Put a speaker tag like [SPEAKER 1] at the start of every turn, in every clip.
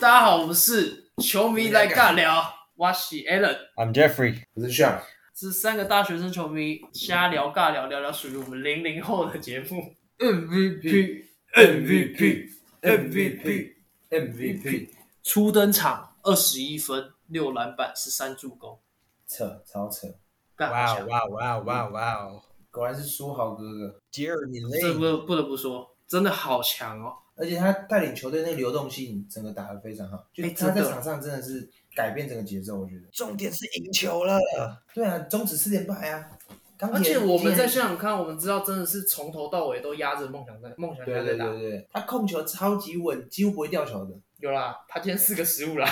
[SPEAKER 1] 大家好，我们是球迷来尬聊，我是 Allen，
[SPEAKER 2] I'm Jeffrey，
[SPEAKER 3] 我是 Sean，
[SPEAKER 1] 是三个大学生球迷瞎聊尬聊，聊聊属于我们零零后的节目。
[SPEAKER 3] MVP
[SPEAKER 1] MVP
[SPEAKER 3] MVP MVP，
[SPEAKER 1] 初登场二十一分，六篮板，十三助攻，
[SPEAKER 3] 扯超扯，
[SPEAKER 1] 干好
[SPEAKER 2] 哇
[SPEAKER 1] 强！
[SPEAKER 2] 哇哇哇哇
[SPEAKER 3] 果然是书豪哥哥，
[SPEAKER 2] ，Jeremy
[SPEAKER 3] 哎
[SPEAKER 1] 这
[SPEAKER 2] Lin，
[SPEAKER 1] 不不得不说，真的好强哦。
[SPEAKER 3] 而且他带领球队那个流动性整个打得非常好，就
[SPEAKER 1] 哎
[SPEAKER 3] 他
[SPEAKER 1] 真的
[SPEAKER 3] 在场上真的是改变整个节奏，我觉得。
[SPEAKER 2] 重点是赢球了，
[SPEAKER 3] 对啊，终止四连败啊，钢铁
[SPEAKER 1] 而且我们在
[SPEAKER 3] 今天
[SPEAKER 1] 现场看，我们知道真的是从头到尾都压着梦想在梦想家
[SPEAKER 3] 对
[SPEAKER 1] 在
[SPEAKER 3] 对
[SPEAKER 1] 打。
[SPEAKER 3] 对对，他控球超级稳，几乎不会掉球的，
[SPEAKER 1] 有啦，他今天四个失 误啦，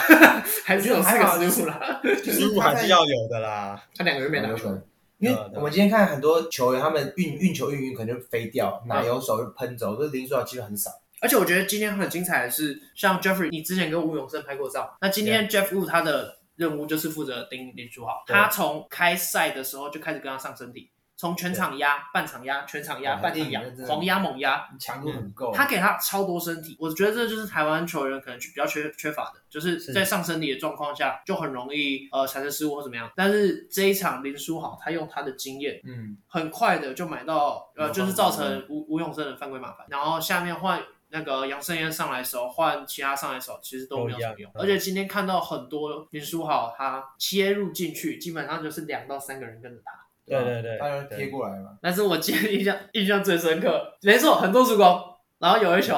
[SPEAKER 1] 还是有
[SPEAKER 3] 我觉得
[SPEAKER 1] 四
[SPEAKER 3] 还好
[SPEAKER 1] 个失误啦，
[SPEAKER 2] 失
[SPEAKER 3] 就是
[SPEAKER 2] 误
[SPEAKER 3] 他
[SPEAKER 2] 还
[SPEAKER 3] 在哦
[SPEAKER 2] 是要有的啦。
[SPEAKER 1] 他两个月没拿
[SPEAKER 3] 拿
[SPEAKER 1] 球啊
[SPEAKER 3] 球。。因为
[SPEAKER 2] 对对
[SPEAKER 3] 我们今天看很多球员，他们运运球运运可能就飞掉，哪
[SPEAKER 1] 啊
[SPEAKER 3] 有手就喷走，这林书豪机会很少。
[SPEAKER 1] 而且我觉得今天很精彩的是，像 Jeffrey，你之前跟吴永胜拍过照，那今天 Jeff Wu 他的任务就是负责盯林书豪，
[SPEAKER 3] 对
[SPEAKER 1] 他从开赛的时候就开始跟他上身体，从全场压、半场压、全场压、
[SPEAKER 3] 对
[SPEAKER 1] 半场压
[SPEAKER 3] 他硬真、的哦
[SPEAKER 1] 狂压猛压，
[SPEAKER 3] 强度很够，啊
[SPEAKER 1] 他给他超多身体，我觉得这就是台湾球员可能比较缺缺乏的，就是
[SPEAKER 3] 是
[SPEAKER 1] 在上身体的状况下就很容易呃产生失误或怎么样。但是这一场林书豪他用他的经验，
[SPEAKER 3] 嗯，
[SPEAKER 1] 很快的就买到呃，
[SPEAKER 3] 嗯
[SPEAKER 1] 就是造成吴吴永胜的犯规麻烦，然后下面换。那个杨胜燕上来的时候，换其他上来的时候，其实都没有什么
[SPEAKER 2] 都一
[SPEAKER 1] 用
[SPEAKER 2] 样。
[SPEAKER 1] 而且今天看到很多林书豪他切入进去，基本上就是两到三个人跟着他。
[SPEAKER 3] 啊
[SPEAKER 2] 对对对
[SPEAKER 3] 他就贴过来嘛。
[SPEAKER 1] 但是我今天印象印象最深刻，没错，很多助攻，然后有一球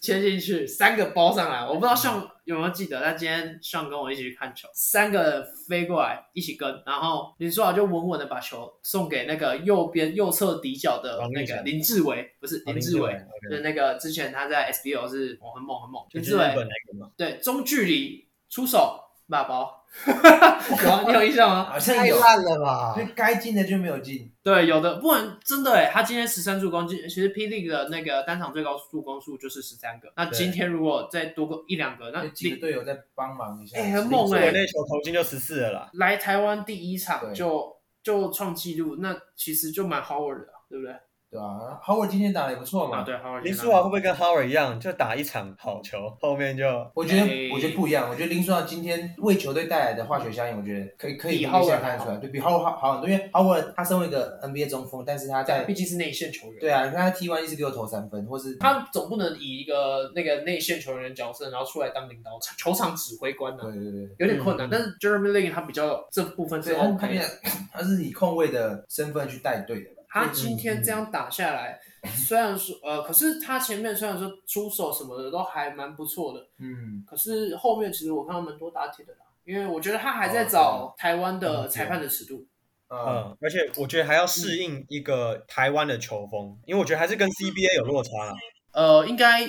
[SPEAKER 1] 切进去，三个包上来，我不知道上有没有记得，但今天上跟我一起去看球，三个人飞过来一起跟，然后林书豪就稳稳的把球送给那个右边右侧底角的
[SPEAKER 2] 王
[SPEAKER 1] 那
[SPEAKER 2] 立
[SPEAKER 1] 个
[SPEAKER 2] 成
[SPEAKER 1] 林志伟，不是林志伟，就是那个之前他在 SBO 是哦很猛很猛，
[SPEAKER 2] 就
[SPEAKER 1] 林
[SPEAKER 2] 是日
[SPEAKER 1] 志
[SPEAKER 2] 本
[SPEAKER 1] 伟
[SPEAKER 2] 那个嘛，
[SPEAKER 1] 对中距离出手骂包， 有啊，你有印象吗？
[SPEAKER 3] 好像
[SPEAKER 2] 太
[SPEAKER 3] 有，
[SPEAKER 2] 烂了吧！
[SPEAKER 3] 就该进的就没有进。
[SPEAKER 1] 对，有的不然真的哎，他今天十三助攻，其其实 P League 的那个单场最高助攻数就是十三个。那
[SPEAKER 2] 对
[SPEAKER 1] 今天如果再多个一两个，那
[SPEAKER 3] 有几个
[SPEAKER 1] 你
[SPEAKER 3] 队友在帮忙一下，
[SPEAKER 1] 啊哎很猛哎
[SPEAKER 2] 我那球投进就十四了啦，
[SPEAKER 1] 来台湾第一场
[SPEAKER 3] 对
[SPEAKER 1] 就就创纪录，那其实就蛮 Howard 的，啊对不对？
[SPEAKER 3] 对啊吧？Howard 今天打的也不错
[SPEAKER 1] 啊，
[SPEAKER 3] 嘛，
[SPEAKER 1] 对 Howard
[SPEAKER 2] 林
[SPEAKER 1] 先拿
[SPEAKER 2] 书豪会不会跟 Howard 一样，就打一场好球，后面就
[SPEAKER 3] 我觉
[SPEAKER 1] 哎
[SPEAKER 3] 得我觉得不一样，我觉得林书豪今天为球队带来的化学效应，我觉得可以可以
[SPEAKER 1] 比
[SPEAKER 3] 明显
[SPEAKER 1] Howard
[SPEAKER 3] 看得出来，对比 Howard 好好很多，因为 Howard 他身为一个 NBA 中锋，但是他
[SPEAKER 1] 对
[SPEAKER 3] 在
[SPEAKER 1] 毕竟是内线球员，
[SPEAKER 3] 对啊，你看他 T 1一直给我投三分，或是
[SPEAKER 1] 他总不能以一个那个内线球员的角色，然后出来当领导球场指挥官呢、啊
[SPEAKER 3] 对对对。
[SPEAKER 1] 有点困难。
[SPEAKER 2] 嗯
[SPEAKER 1] 但是 Jeremy Lin 他比较这部分是
[SPEAKER 3] 对，他他
[SPEAKER 1] OK
[SPEAKER 3] 变
[SPEAKER 1] 的。
[SPEAKER 3] 得他是以控卫的身份去带队的吧，
[SPEAKER 1] 他今天这样打下来，虽然说呃，可是他前面虽然说出手什么的都还蛮不错的，
[SPEAKER 3] 嗯，
[SPEAKER 1] 可是后面其实我看他们多打铁的啦，因为我觉得他还在找台湾的裁判的尺度。
[SPEAKER 3] 啊，
[SPEAKER 2] 嗯，而且我觉得还要适应一个台湾的球风，因为我觉得还是跟 CBA 有落差啦。
[SPEAKER 1] 呃，应该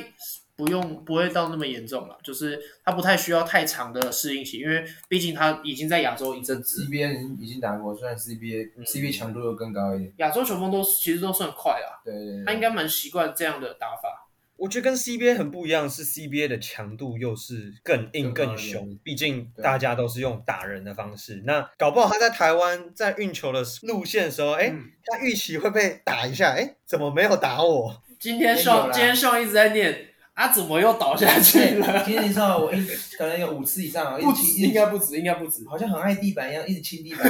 [SPEAKER 1] 不用不会到那么严重了，就是他不太需要太长的适应期，因为毕竟他已经在亚洲一阵子了，
[SPEAKER 3] CBA 已经已经打过，虽然 CBA
[SPEAKER 1] 嗯
[SPEAKER 3] CBA 强度又更高一点，
[SPEAKER 1] 亚洲球风都其实都算快啦，
[SPEAKER 3] 对对对，
[SPEAKER 1] 他应该蛮习惯这样的打法。
[SPEAKER 2] 我觉得跟 CBA 很不一样，是 CBA 的强度又是更硬
[SPEAKER 3] 更
[SPEAKER 2] 更
[SPEAKER 3] 高一点
[SPEAKER 2] 凶，毕竟
[SPEAKER 3] 对
[SPEAKER 2] 大家都是用打人的方式。那搞不好他在台湾在运球的路线的时候，哎、
[SPEAKER 1] 嗯
[SPEAKER 2] 他预期会被打一下，哎，怎么没有打我？
[SPEAKER 1] 今天
[SPEAKER 3] 也有
[SPEAKER 1] 上
[SPEAKER 3] 啦
[SPEAKER 1] 今天上一直在念啊，怎么又倒下去了？
[SPEAKER 3] 对，今天你知道我一可能有五次以上啊，一
[SPEAKER 1] 不
[SPEAKER 3] 直
[SPEAKER 1] 止，
[SPEAKER 3] 一
[SPEAKER 1] 应
[SPEAKER 3] 直
[SPEAKER 1] 该不止，应该不止。
[SPEAKER 3] 好像很爱地板一样，一直亲 地板，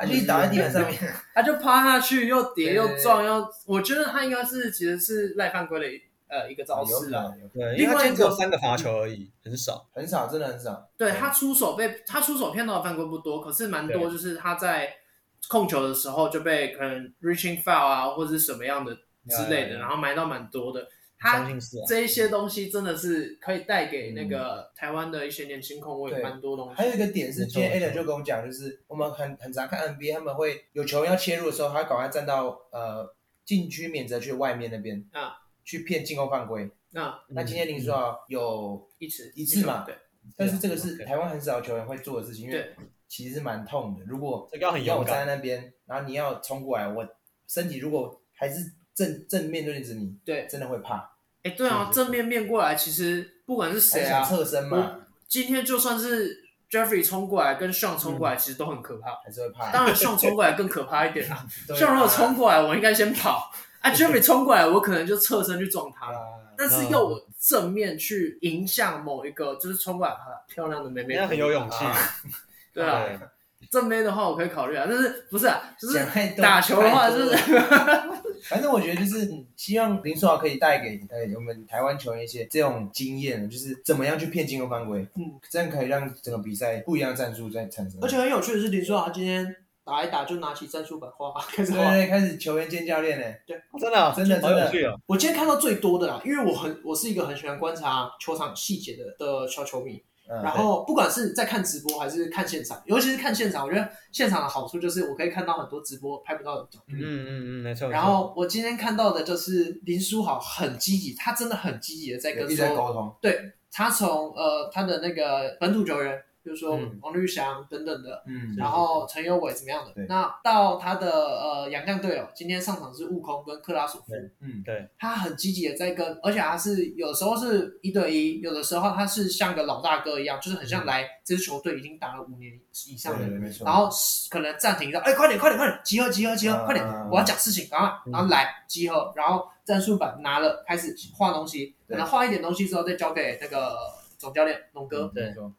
[SPEAKER 3] 他就一直倒在地板上面。
[SPEAKER 1] 他就趴下去，又跌
[SPEAKER 3] 对
[SPEAKER 1] 又撞又，我觉得他应该是其实是赖犯规的一呃一个招式啊。，
[SPEAKER 2] 对，因
[SPEAKER 1] 另外
[SPEAKER 2] 为他今天只
[SPEAKER 1] 一
[SPEAKER 2] 有
[SPEAKER 1] 个
[SPEAKER 2] 三个罚球而已，很少。
[SPEAKER 3] 很少，真的很少。
[SPEAKER 1] 对他出手被他出手骗到的犯规不多，可是蛮多
[SPEAKER 2] 对
[SPEAKER 1] 就是他在控球的时候就被可能 reaching foul 啊或者是什么样的之类
[SPEAKER 2] 呀呀
[SPEAKER 1] 的，
[SPEAKER 2] 呀
[SPEAKER 1] 然后埋到蛮多的。
[SPEAKER 2] 相
[SPEAKER 1] 他
[SPEAKER 2] 信是啊，
[SPEAKER 1] 这一些东西真的是可以带给那个台湾的一些年轻控卫
[SPEAKER 3] 对
[SPEAKER 1] 蛮多东
[SPEAKER 3] 还
[SPEAKER 1] 西。
[SPEAKER 3] 有一个点是，今天 a l a 就跟我讲，就是我们很很常看 NBA，他们会有球员要切入的时候，他会赶快站到呃禁区免责区外面那边
[SPEAKER 1] 啊，
[SPEAKER 3] 去骗进攻犯规。
[SPEAKER 1] 那
[SPEAKER 3] 那今天林书豪有，
[SPEAKER 1] 一次
[SPEAKER 3] 一次嘛
[SPEAKER 1] 对，
[SPEAKER 3] 但是这个是
[SPEAKER 2] OK
[SPEAKER 3] 台湾很少球员会做的事情，因
[SPEAKER 1] 对
[SPEAKER 3] 为其实蛮痛的。如果
[SPEAKER 2] 这个要很
[SPEAKER 3] 你要
[SPEAKER 2] 勇
[SPEAKER 3] 我
[SPEAKER 2] 敢
[SPEAKER 3] 站。在那边，然后你要冲过来，我身体如果还是正正面对着你，
[SPEAKER 1] 对，
[SPEAKER 3] 真的会怕。
[SPEAKER 1] 哎对啊，
[SPEAKER 2] 是是是
[SPEAKER 1] 正面面过来，其实不管是谁
[SPEAKER 3] 还
[SPEAKER 1] 啊
[SPEAKER 3] 想，侧身嘛？
[SPEAKER 1] 今天就算是 Jeffrey 冲过来跟 Sean 冲过来，其实都很可 怕。
[SPEAKER 3] 还是会怕。
[SPEAKER 1] 当然，Sean 冲过来更可怕一点 啦。
[SPEAKER 3] 对啊
[SPEAKER 1] Sean 如果冲过来，我应该先跑。啊，Jeffrey 冲过来，我可能就侧身去撞他了。
[SPEAKER 3] 啊，
[SPEAKER 1] 但是要我正面去迎向某一个，就是冲过来啊漂亮的妹妹，
[SPEAKER 2] 那很有勇气。
[SPEAKER 1] 啊对啊，
[SPEAKER 2] 对
[SPEAKER 1] 正面的话我可以考虑啊，但是不是啊，就是
[SPEAKER 3] 讲太多
[SPEAKER 1] 打球的话，就是
[SPEAKER 3] 太 反正我觉得就是希望林书豪可以带给呃我们台湾球员一些这种经验，就是怎么样去骗进攻犯规，
[SPEAKER 1] 嗯，
[SPEAKER 3] 这样可以让整个比赛不一样的战术在产生。
[SPEAKER 1] 而且很有趣的是，林书豪今天打一打就拿起战术板画，开始
[SPEAKER 3] 对
[SPEAKER 1] 画
[SPEAKER 3] 对。对，开始球员兼教练呢，
[SPEAKER 1] 对，
[SPEAKER 2] 真的啊
[SPEAKER 3] 真的
[SPEAKER 2] 好
[SPEAKER 3] 真的
[SPEAKER 2] 有趣哦。
[SPEAKER 1] 我今天看到最多的啦，因为我很我是一个很喜欢观察球场细节的的小球迷，
[SPEAKER 3] 嗯，
[SPEAKER 1] 然后不管是在看直播还是看现场，尤其是看现场，我觉得现场的好处就是我可以看到很多直播拍不到的角度。
[SPEAKER 2] 嗯嗯嗯，没错。没错
[SPEAKER 1] 然后我今天看到的就是林书豪很积极，他真的很积极的在
[SPEAKER 3] 对
[SPEAKER 1] 跟
[SPEAKER 3] 一直在
[SPEAKER 1] 说，
[SPEAKER 3] 沟通，
[SPEAKER 1] 他从呃他的那个本土球员，比如说
[SPEAKER 2] 嗯
[SPEAKER 1] 王绿翔等等的，
[SPEAKER 3] 嗯，
[SPEAKER 1] 然后陈友伟怎么样的
[SPEAKER 3] 对，
[SPEAKER 1] 那到他的呃洋将队友，今天上场是悟空跟克拉索夫，
[SPEAKER 3] 嗯，
[SPEAKER 2] 对，
[SPEAKER 1] 他很积极的在跟，而且他是有时候是一对一，有的时候他是像个老大哥一样，就是很像来这支球队已经打了五年以上的
[SPEAKER 3] 嗯对
[SPEAKER 1] 人，
[SPEAKER 3] 对没错，
[SPEAKER 1] 然后可能暂停一下，哎，快点快点快点，集合集合集合，
[SPEAKER 3] 嗯
[SPEAKER 1] 快点
[SPEAKER 3] 嗯嗯，
[SPEAKER 1] 我要讲事情，然后然后来集合，然后战术板拿了，开始画东西，可
[SPEAKER 3] 对
[SPEAKER 1] 能画一点东西之后再交给那个总教练龙哥，
[SPEAKER 2] 对
[SPEAKER 3] 嗯没错，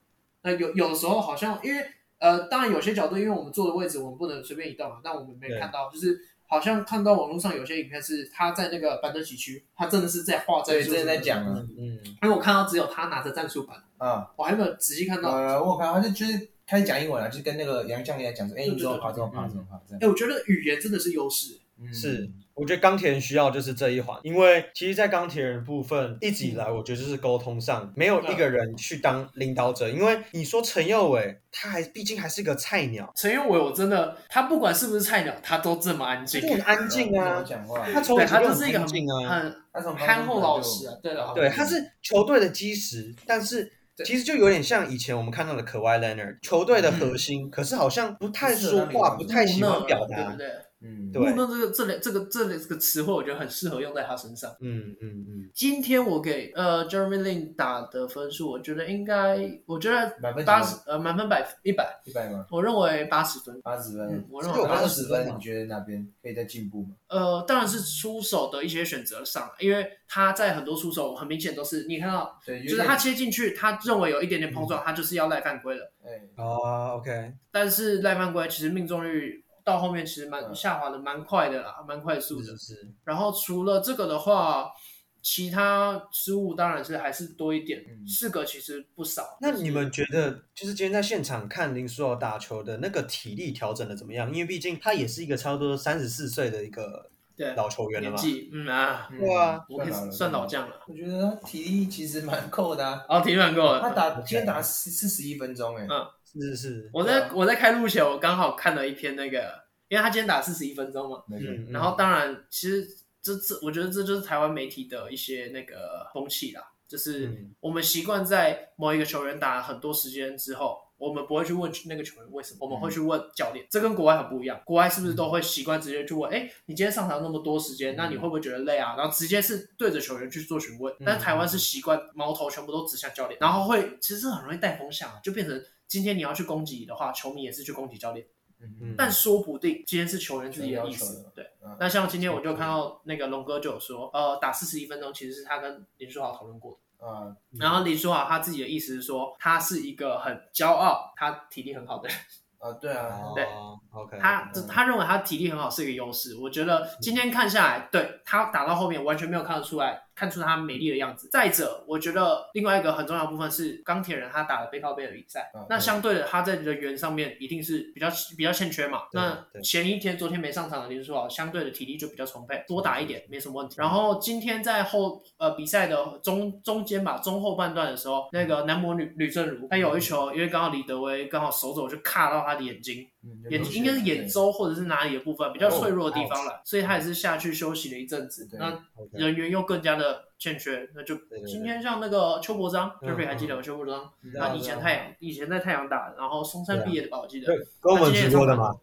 [SPEAKER 1] 那有有时候好像因为呃，当然有些角度，因为我们坐的位置我们不能随便移动嘛，但我们没
[SPEAKER 2] 对
[SPEAKER 1] 看到，就是好像看到网络上有些影片是他在那个板凳席区，他真的是在画战
[SPEAKER 3] 对，
[SPEAKER 1] 术，
[SPEAKER 3] 真的在，讲啊，
[SPEAKER 2] 嗯
[SPEAKER 1] 因为我看到只有他拿着战术板，
[SPEAKER 3] 啊，
[SPEAKER 1] 我还没有仔细看
[SPEAKER 2] 嗯
[SPEAKER 1] 到。
[SPEAKER 3] 呃，我看他就就是开始讲英文了，就跟那个杨绛也讲说，哎，
[SPEAKER 1] 对
[SPEAKER 3] 你怎么跑，
[SPEAKER 1] 对
[SPEAKER 3] 怎么跑，
[SPEAKER 2] 对
[SPEAKER 3] 怎么跑，这样
[SPEAKER 1] 哎、我觉得语言真的是优势，
[SPEAKER 3] 嗯，
[SPEAKER 2] 是，我觉得钢铁人需要就是这一环，因为其实，在钢铁人部分一直以来，我觉得就是沟通上没有一个人去当领导者，因为你说陈佑伟，他还毕竟还是个菜鸟，
[SPEAKER 1] 陈佑伟，我真的他不管是不是菜鸟，他都这么安
[SPEAKER 2] 他
[SPEAKER 1] 静
[SPEAKER 2] 就很安静
[SPEAKER 3] 怎么
[SPEAKER 2] 啊，
[SPEAKER 3] 讲话，
[SPEAKER 2] 他从
[SPEAKER 1] 对
[SPEAKER 2] 头
[SPEAKER 1] 他
[SPEAKER 2] 就
[SPEAKER 1] 就是一个
[SPEAKER 2] 安静啊，
[SPEAKER 1] 很
[SPEAKER 3] 他从
[SPEAKER 1] 憨厚老实啊，对了，
[SPEAKER 2] 对，他是球队的基石，但是。
[SPEAKER 1] 对
[SPEAKER 2] 其实就有点像以前我们看到的可 a 莱 i Leonard，球队的
[SPEAKER 1] 嗯
[SPEAKER 2] 核心，可是好像不太说话，不
[SPEAKER 3] 不是
[SPEAKER 2] 太喜欢表
[SPEAKER 1] 对不
[SPEAKER 2] 达。
[SPEAKER 1] 对？
[SPEAKER 3] 嗯，
[SPEAKER 2] 对
[SPEAKER 1] 木讷这个这两这个这两个词汇，我觉得很适合用在他身上。
[SPEAKER 2] 嗯嗯嗯，
[SPEAKER 1] 今天我给呃 Jeremy Lin 打的分数，我觉得应该，我觉得
[SPEAKER 3] 满分几
[SPEAKER 1] 八
[SPEAKER 3] 分
[SPEAKER 1] 十呃满分百一百，
[SPEAKER 3] 一百吗？
[SPEAKER 1] 我认为八十分。
[SPEAKER 3] 八十分
[SPEAKER 1] 嗯，，我认
[SPEAKER 2] 这
[SPEAKER 1] 为
[SPEAKER 2] 个
[SPEAKER 1] 80
[SPEAKER 3] 八
[SPEAKER 2] 我
[SPEAKER 3] 十分，
[SPEAKER 1] 啊
[SPEAKER 3] 你觉得哪边可以再进步吗？
[SPEAKER 1] 呃，当然是出手的一些选择上，因为他在很多出手很明显都是你看到，
[SPEAKER 3] 对，
[SPEAKER 1] 就是他切进去，他认为有一点点碰撞，
[SPEAKER 3] 嗯
[SPEAKER 1] 他就是要赖犯规了。
[SPEAKER 3] 哎，
[SPEAKER 2] 哦，OK，
[SPEAKER 1] 但是赖犯规其实命中率到后面其实蛮
[SPEAKER 3] 嗯
[SPEAKER 1] 下滑的，蛮快的啦，蛮快速的。
[SPEAKER 2] 是是，
[SPEAKER 1] 然后除了这个的话，其他失误当然是还是多一点，
[SPEAKER 3] 嗯
[SPEAKER 1] 四个其实不少。
[SPEAKER 2] 那你们觉得，就是今天在现场看林书豪打球的那个体力调整的怎么样？因为毕竟他也是一个差不多三十四岁的一个
[SPEAKER 1] 对
[SPEAKER 2] 老球员了
[SPEAKER 1] 年
[SPEAKER 2] 嘛。
[SPEAKER 1] 纪，嗯啊，
[SPEAKER 3] 嗯
[SPEAKER 2] 对啊
[SPEAKER 1] 我可以算老。将了。
[SPEAKER 3] 我觉得他体力其实蛮够的啊，
[SPEAKER 1] 哦，体育蛮够
[SPEAKER 3] 他
[SPEAKER 1] 了。
[SPEAKER 3] 打
[SPEAKER 2] OK
[SPEAKER 3] 今天打四四十一分钟哎
[SPEAKER 1] 嗯，
[SPEAKER 2] 是是是，
[SPEAKER 1] 我在我在开录前，我刚好看了一篇那个，因为他今天打四十一分钟嘛，
[SPEAKER 3] 没错
[SPEAKER 2] 嗯，
[SPEAKER 1] 然后当然其实这这我觉得这就是台湾媒体的一些那个风气啦，就是
[SPEAKER 2] 嗯
[SPEAKER 1] 我们习惯在某一个球员打很多时间之后。我们不会去问那个球员为什么，
[SPEAKER 2] 嗯
[SPEAKER 1] 我们会去问教练。这跟国外很不一样，国外是不是都会习惯直接去问？哎、你今天上场那么多时
[SPEAKER 2] 嗯
[SPEAKER 1] 间，那你会不会觉得累啊？然后直接是对着球员去做询问。
[SPEAKER 2] 嗯
[SPEAKER 1] 但是台湾是习惯矛头全部都指向教练，然后会其实很容易带风向啊，就变成今天你要去攻击的话，球迷也是去攻击教练。
[SPEAKER 3] 嗯，
[SPEAKER 1] 但说不定今天是球员自己的意
[SPEAKER 3] 球员要求
[SPEAKER 1] 思
[SPEAKER 3] 的。
[SPEAKER 1] 对
[SPEAKER 3] 嗯，
[SPEAKER 1] 那像今天我就看到那个龙哥就有说，呃，打四十一分钟其实是他跟林书豪讨论过的。
[SPEAKER 3] 啊，
[SPEAKER 2] 嗯
[SPEAKER 1] 然后林书豪他自己的意思是说，他是一个很骄傲，他体力很好的人，
[SPEAKER 3] 啊，对啊，
[SPEAKER 1] 对
[SPEAKER 2] 哦，OK，
[SPEAKER 3] 嗯
[SPEAKER 1] 他他认为他体力很好是一个优势。我觉得今天看下来，对他打到后面完全没有看得出来，看出他美丽的样子。再者，我觉得另外一个很重要的部分是钢铁人他打了背靠背的比赛
[SPEAKER 3] 嗯，
[SPEAKER 1] 那相对的他在人员上面一定是比较比较欠缺嘛。
[SPEAKER 2] 对
[SPEAKER 1] 那
[SPEAKER 2] 对
[SPEAKER 1] 前一天昨天没上场的林书豪，相对的体力就比较充沛，多打一点没什么问题。然后今天在后呃比赛的中中间吧，中后半段的时候，那个男模吕吕正如他有一球，因为刚好李德威刚好手肘就卡到他的眼睛，
[SPEAKER 3] 嗯
[SPEAKER 1] 眼睛应该是眼，周或者是哪里的部分
[SPEAKER 2] 哦
[SPEAKER 1] 比较脆弱的地方了，所以他也是下去休息了一阵子。
[SPEAKER 3] 对
[SPEAKER 1] 那
[SPEAKER 2] OK，
[SPEAKER 1] 人员又更加的欠缺，那就
[SPEAKER 2] 对对
[SPEAKER 1] 今天像那个邱伯章 j
[SPEAKER 2] 嗯
[SPEAKER 1] e f f 还记得吗？邱伯章，
[SPEAKER 3] 有
[SPEAKER 1] 他
[SPEAKER 3] 点
[SPEAKER 1] 以前
[SPEAKER 2] 对
[SPEAKER 1] 啊太阳以前在太阳打，然后松山
[SPEAKER 3] 啊
[SPEAKER 1] 毕业的吧，我记得
[SPEAKER 2] 对跟我们直播的嘛，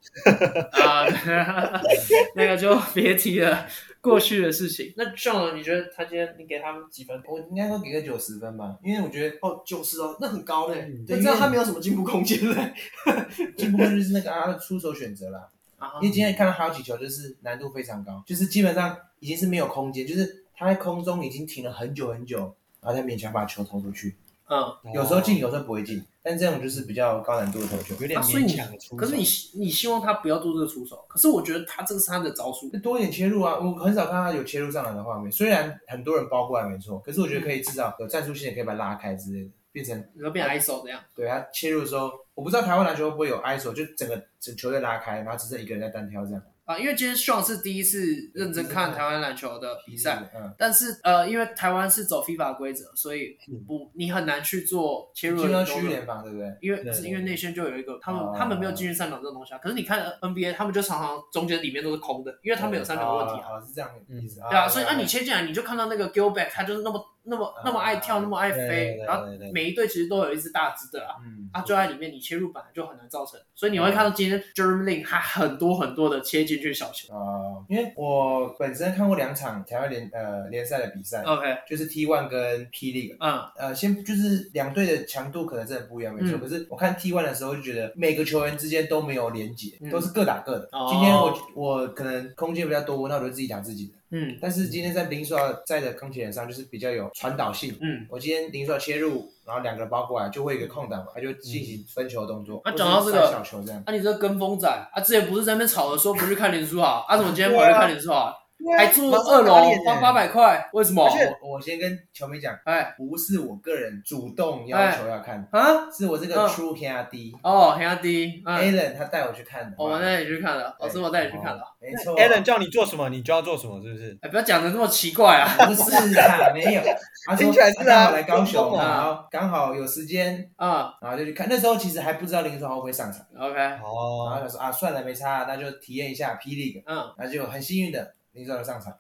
[SPEAKER 1] 啊， 对那个就别提了，过去的事情。那上了，你觉得他今天你给他们几分？
[SPEAKER 3] 我应该会给个九十分吧，因为我觉得
[SPEAKER 4] 哦，九十哦，那很高嘞
[SPEAKER 2] 嗯，
[SPEAKER 4] 那这样他没有什么进步空间嘞。
[SPEAKER 3] 进步就是那个啊他的出手选择啦。
[SPEAKER 1] 啊
[SPEAKER 3] 因为今天看到好几球，就是难度非常高，就是基本上已经是没有空间，就是他在空中已经停了很久很久，然后才勉强把球投出去。
[SPEAKER 1] 嗯，
[SPEAKER 2] 哦
[SPEAKER 3] 有时候进，有时候不会进，但这种就是比较高难度的投球，
[SPEAKER 2] 有点
[SPEAKER 1] 啊所以你
[SPEAKER 2] 勉强的出手。
[SPEAKER 1] 可是你希你希望他不要做这个出手，可是我觉得他这个是他的招数。
[SPEAKER 3] 多一点切入啊！我很少看到有切入上来的画面，虽然很多人包过来没错，可是我觉得可以至少有战术性的可以把它拉开之类的，变成
[SPEAKER 1] 你说变 ISO 这样，
[SPEAKER 3] 对他切入的时候，我不知道台湾篮球会不会有 ISO，就整个整球队拉开，然后只剩一个人在单挑这样
[SPEAKER 1] 啊，因为今天 Sean 是第一次认真看台湾篮球的比赛，，
[SPEAKER 3] 嗯，
[SPEAKER 1] 但是呃，因为台湾是走 FIFA 规则，所以
[SPEAKER 3] 嗯
[SPEAKER 1] 不你很难去做切入
[SPEAKER 3] 就
[SPEAKER 1] 的
[SPEAKER 3] 要
[SPEAKER 1] 动
[SPEAKER 3] 区域联
[SPEAKER 1] 作。
[SPEAKER 3] 防，对不对？
[SPEAKER 1] 因为
[SPEAKER 2] 对对
[SPEAKER 1] 因为内线就有一个，他们、
[SPEAKER 3] 哦
[SPEAKER 1] 他们没有进去三秒这种东西啊。可是你看 NBA，他们就常常中间里面都是空的，因为他们有三秒问题啊。
[SPEAKER 3] 啊，哦是这样的意思。
[SPEAKER 1] 对啊，
[SPEAKER 2] 哦
[SPEAKER 1] 所以那你切进来，你就看到那个 Gilback，他就是那么那么那么爱跳，那么爱
[SPEAKER 2] 对对
[SPEAKER 1] 飞，
[SPEAKER 2] 对
[SPEAKER 1] 然后
[SPEAKER 2] 对对
[SPEAKER 1] 每一队其实都有一只大只的啊，
[SPEAKER 3] 嗯，
[SPEAKER 1] 他就在里面，你切入本来就很难造成，所以你会
[SPEAKER 2] 嗯
[SPEAKER 1] 看到今天 Jeremy Lin 他很多很多的切进去小球。
[SPEAKER 3] 哦，因为我本身看过两场台湾联呃联赛的比赛，
[SPEAKER 1] OK，
[SPEAKER 3] 就是 T One 跟 P League。
[SPEAKER 1] 嗯，
[SPEAKER 3] 呃，先就是两队的强度可能真的不一样，没错。
[SPEAKER 1] 嗯
[SPEAKER 3] 可是我看 T one 的时候就觉得每个球员之间都没有连结，
[SPEAKER 1] 嗯
[SPEAKER 3] 都是各打各的。
[SPEAKER 1] 哦
[SPEAKER 3] 今天我我可能空间比较多，那我就自己打自己的。
[SPEAKER 1] 嗯
[SPEAKER 3] 但是今天在林书豪在的钢铁人上就是比较有传导性。
[SPEAKER 1] 嗯。
[SPEAKER 3] 我今天林书豪切入，然后两个人包过来就会有一个空档嘛，他就进行分球动作。
[SPEAKER 1] 啊
[SPEAKER 3] 或是
[SPEAKER 1] 讲到这个
[SPEAKER 3] 塞小球这样，
[SPEAKER 1] 啊，你这跟风仔啊，之前不是在那边吵着说不去看脸书啊，啊，怎么今天跑去看脸书 啊？还住二楼花八
[SPEAKER 2] 百，
[SPEAKER 1] 百块，为什么？
[SPEAKER 3] 我我先跟球迷讲，
[SPEAKER 1] 哎
[SPEAKER 3] 不是我个人主动要求要看，
[SPEAKER 1] 啊，
[SPEAKER 3] 是我这个
[SPEAKER 1] 嗯
[SPEAKER 3] True K R D
[SPEAKER 1] 哦，黑阿弟，嗯，哦
[SPEAKER 3] Alan 他带我去看的。哦
[SPEAKER 1] 我带你去看了，老师我带你去看了，
[SPEAKER 3] 没错
[SPEAKER 2] Alan 叫你做什么，你就要做什么，是不是？
[SPEAKER 1] 哎，不要讲的那么奇怪啊，
[SPEAKER 3] 不是啊，没 有。他说
[SPEAKER 2] 听起来是啊
[SPEAKER 3] 他刚好来高雄，
[SPEAKER 2] 中
[SPEAKER 1] 啊
[SPEAKER 3] 然后刚好有时间，
[SPEAKER 1] 啊
[SPEAKER 3] 然后就去看。那时候其实还不知道林书豪会不会上场，
[SPEAKER 1] ，OK，
[SPEAKER 3] 然后
[SPEAKER 2] 哦，
[SPEAKER 3] 他说啊，算了，没差，那就体验一下霹雳。
[SPEAKER 1] 嗯。
[SPEAKER 3] 然后就很幸运的林书豪上场。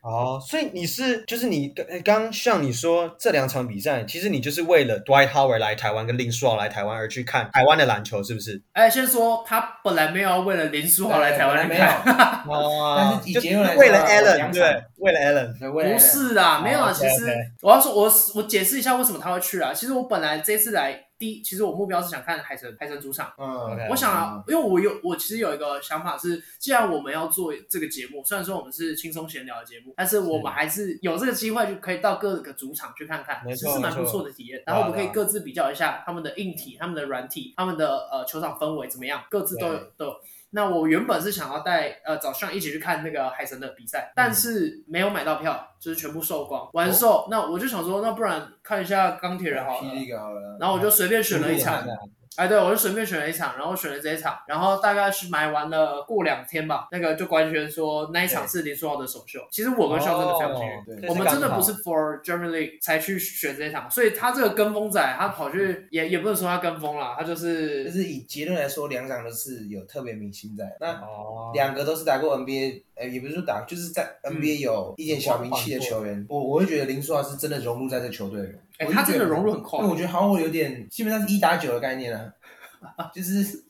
[SPEAKER 2] 哦，所以你是就是你呃刚像你说这两场比赛，其实你就是为了 Dwight Howard 来台湾跟林书豪来台湾而去看台湾的篮球，是不是？
[SPEAKER 1] 哎，先说他本来没有要为了林书豪来台湾
[SPEAKER 3] 没
[SPEAKER 1] 看，
[SPEAKER 3] 有，
[SPEAKER 2] 哦，
[SPEAKER 3] 但是以
[SPEAKER 2] 就是
[SPEAKER 3] 结论来说
[SPEAKER 2] 为了
[SPEAKER 3] 啊两
[SPEAKER 2] Alan，
[SPEAKER 3] 场
[SPEAKER 2] 对，为了 Alan，
[SPEAKER 3] 对未来
[SPEAKER 1] 不
[SPEAKER 3] 的
[SPEAKER 1] 是啦，没有啦。
[SPEAKER 2] 哦
[SPEAKER 1] 其实
[SPEAKER 2] OK，OK
[SPEAKER 1] 我要说，我我解释一下为什么他会去啊。其实我本来这次来第一，其实我目标是想看海神海神主场。
[SPEAKER 3] 嗯
[SPEAKER 2] OK
[SPEAKER 1] 我想啊，因为我有我其实有一个想法是，既然我们要做这个节目，虽然说我们是轻松闲聊的节目，但是我们还是有这个机会就可以到各个主场去看看，
[SPEAKER 2] 没
[SPEAKER 1] 其
[SPEAKER 2] 错
[SPEAKER 1] 实是蛮不
[SPEAKER 2] 没错
[SPEAKER 1] 错的体验。然后我们可以
[SPEAKER 2] 对啊
[SPEAKER 1] 各自比较一下他们的硬体、他们的软体、他们的呃球场氛围怎么样，各自都有都有。那我原本是想要带呃早上一起去看那个海神的比赛，但是没有买到票，就是全部售光完售。那我就想说，那不然看一下钢铁人好了
[SPEAKER 3] 霹。雳好了。
[SPEAKER 1] 然后我就随便选了一
[SPEAKER 2] 看
[SPEAKER 1] 场
[SPEAKER 2] 的，
[SPEAKER 1] 哎，对，我就随便选了一场，然后选了这一场，然后大概是买完了过两天吧，那个就官宣说那一场是林书豪的首秀。其实我跟肖真的非常幸运。
[SPEAKER 2] 哦
[SPEAKER 3] 对
[SPEAKER 2] 这
[SPEAKER 1] 我们真的
[SPEAKER 2] 刚好
[SPEAKER 1] 不是 for Germany 才去选这一场，所以他这个跟风仔，他跑去也也不能说他跟风啦，他就
[SPEAKER 3] 就是是以结论来说，两场都是有特别明星在的。那
[SPEAKER 2] 哦，
[SPEAKER 3] 两个都是打过 NBA，呃，也不是说打，就是在 NBA 有一点小名气的球员，我我会觉得林书豪是真的融入在这球队了。
[SPEAKER 1] 哎
[SPEAKER 3] 我就觉得
[SPEAKER 1] 他真的融入很快
[SPEAKER 3] 因为我觉得好像我有点基本上是一打九的概念啊，就是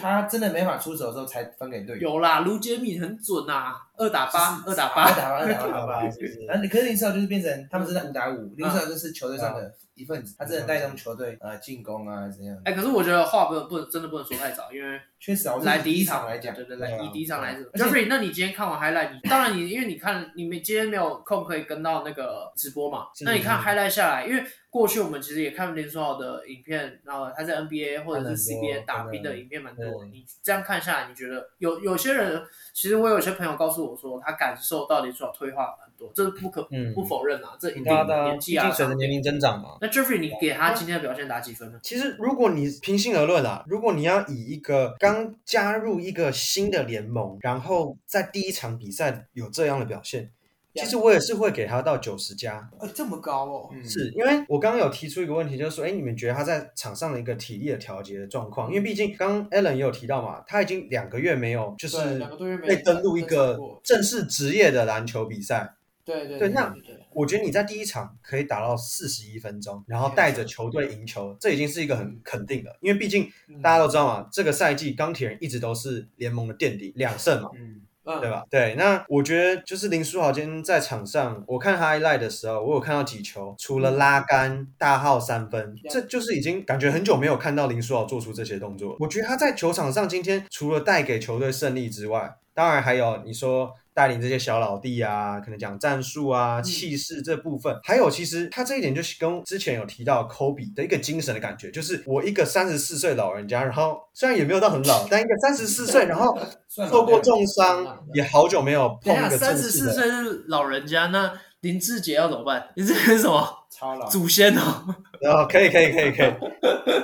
[SPEAKER 3] 他真的没法出手的时候才分给队友。
[SPEAKER 1] 有啦，卢杰米很准啊，二打八，二打
[SPEAKER 3] 二
[SPEAKER 1] 八，
[SPEAKER 3] 打八，二打八，
[SPEAKER 2] 好
[SPEAKER 3] 二打
[SPEAKER 2] 吧
[SPEAKER 3] 八。
[SPEAKER 2] 是不是
[SPEAKER 3] 然后可是林书豪就是变成他们是在五打五，林书
[SPEAKER 1] 嗯
[SPEAKER 3] 豪就是球队上的一份子，他真的带动球队呃进攻啊怎样。
[SPEAKER 1] 哎，可是我觉得话不能不能真的不能说太早，因为
[SPEAKER 3] 确实啊，我是
[SPEAKER 1] 来
[SPEAKER 3] 以
[SPEAKER 1] 第一
[SPEAKER 3] 场
[SPEAKER 1] 场
[SPEAKER 3] 来讲，
[SPEAKER 1] 对对
[SPEAKER 2] 对
[SPEAKER 1] 对，
[SPEAKER 2] 啊
[SPEAKER 1] 以第一场来讲。
[SPEAKER 3] 对啊
[SPEAKER 1] Jeffrey，那你今天看完 highlight，你当然你因为你看你们今天没有空可以跟到那个直播嘛，
[SPEAKER 2] 是
[SPEAKER 1] 那你看
[SPEAKER 2] 是
[SPEAKER 1] highlight 下来，因为过去我们其实也看林书豪的影片，然后他在 NBA 或者
[SPEAKER 2] 看很多
[SPEAKER 1] 是 CBA 打
[SPEAKER 2] 对
[SPEAKER 1] 拼的影片蛮多。
[SPEAKER 2] 对
[SPEAKER 1] 你这样看下来，你觉得有有些人，其实我有些朋友告诉我说，他感受到林书豪退化蛮多，这是不可
[SPEAKER 2] 嗯
[SPEAKER 1] 不否认啊，这一定
[SPEAKER 2] 他的
[SPEAKER 1] 年纪
[SPEAKER 2] 毕
[SPEAKER 1] 啊
[SPEAKER 2] 竟。随着年龄增长啊嘛。
[SPEAKER 1] 那 Jeffrey，你给他今天的表现打几分呢？
[SPEAKER 2] 其实，如果你平心而论啊，如果你要以一个刚加入一个新的联盟，然后在第一场比赛有这样的表现，其实我也是会给他到九十加，
[SPEAKER 4] 哎，这么高哦，
[SPEAKER 3] 嗯，
[SPEAKER 2] 是因为我刚刚有提出一个问题，就是说，哎，你们觉得他在场上的一个体力的调节的状况？因为毕竟刚刚 Alan 也有提到嘛，他已经两个月没有就是
[SPEAKER 4] 对，两个多月没
[SPEAKER 2] 被登录一
[SPEAKER 4] 登
[SPEAKER 2] 个
[SPEAKER 4] 场过
[SPEAKER 2] 正式职业的篮球比赛。
[SPEAKER 4] 对对
[SPEAKER 2] 对
[SPEAKER 4] 对
[SPEAKER 2] 那
[SPEAKER 4] 对对，
[SPEAKER 2] 我觉得你在第一场可以打到四十一分钟，然后带着球队赢球，这已经是一个很肯定的，因为毕竟大家都知道嘛，这个赛季钢铁人一直都是联盟的垫底，两胜嘛。
[SPEAKER 3] 嗯，
[SPEAKER 4] 嗯，
[SPEAKER 2] 对？吧？对，那我觉得就是林书豪今天在场上，我看 highlight 的时候，我有看到几球，除了拉杆、大号三分，这就是已经感觉很久没有看到林书豪做出这些动作了。我觉得他在球场上今天除了带给球队胜利之外，当然还有你说。带领这些小老弟啊，可能讲战术啊、气势这部分，还有其实他这一点就是跟之前有提到科比的一个精神的感觉，就是我一个三十四岁老人家，然后虽然也没有到很老，但一个三十四岁，然后
[SPEAKER 3] 算啊
[SPEAKER 2] 受过
[SPEAKER 3] 这
[SPEAKER 2] 重伤，也好久没有碰
[SPEAKER 1] 等一
[SPEAKER 2] 一
[SPEAKER 1] 下，
[SPEAKER 2] 个
[SPEAKER 1] 三
[SPEAKER 2] 正
[SPEAKER 1] 十
[SPEAKER 2] 式
[SPEAKER 1] 四
[SPEAKER 2] 的。
[SPEAKER 1] 岁是老人家，那林志杰要怎么办？ 林志杰是什么
[SPEAKER 3] 超
[SPEAKER 4] 啊
[SPEAKER 3] 老，
[SPEAKER 1] 祖先哦？
[SPEAKER 2] 然后可以可以可以 可以。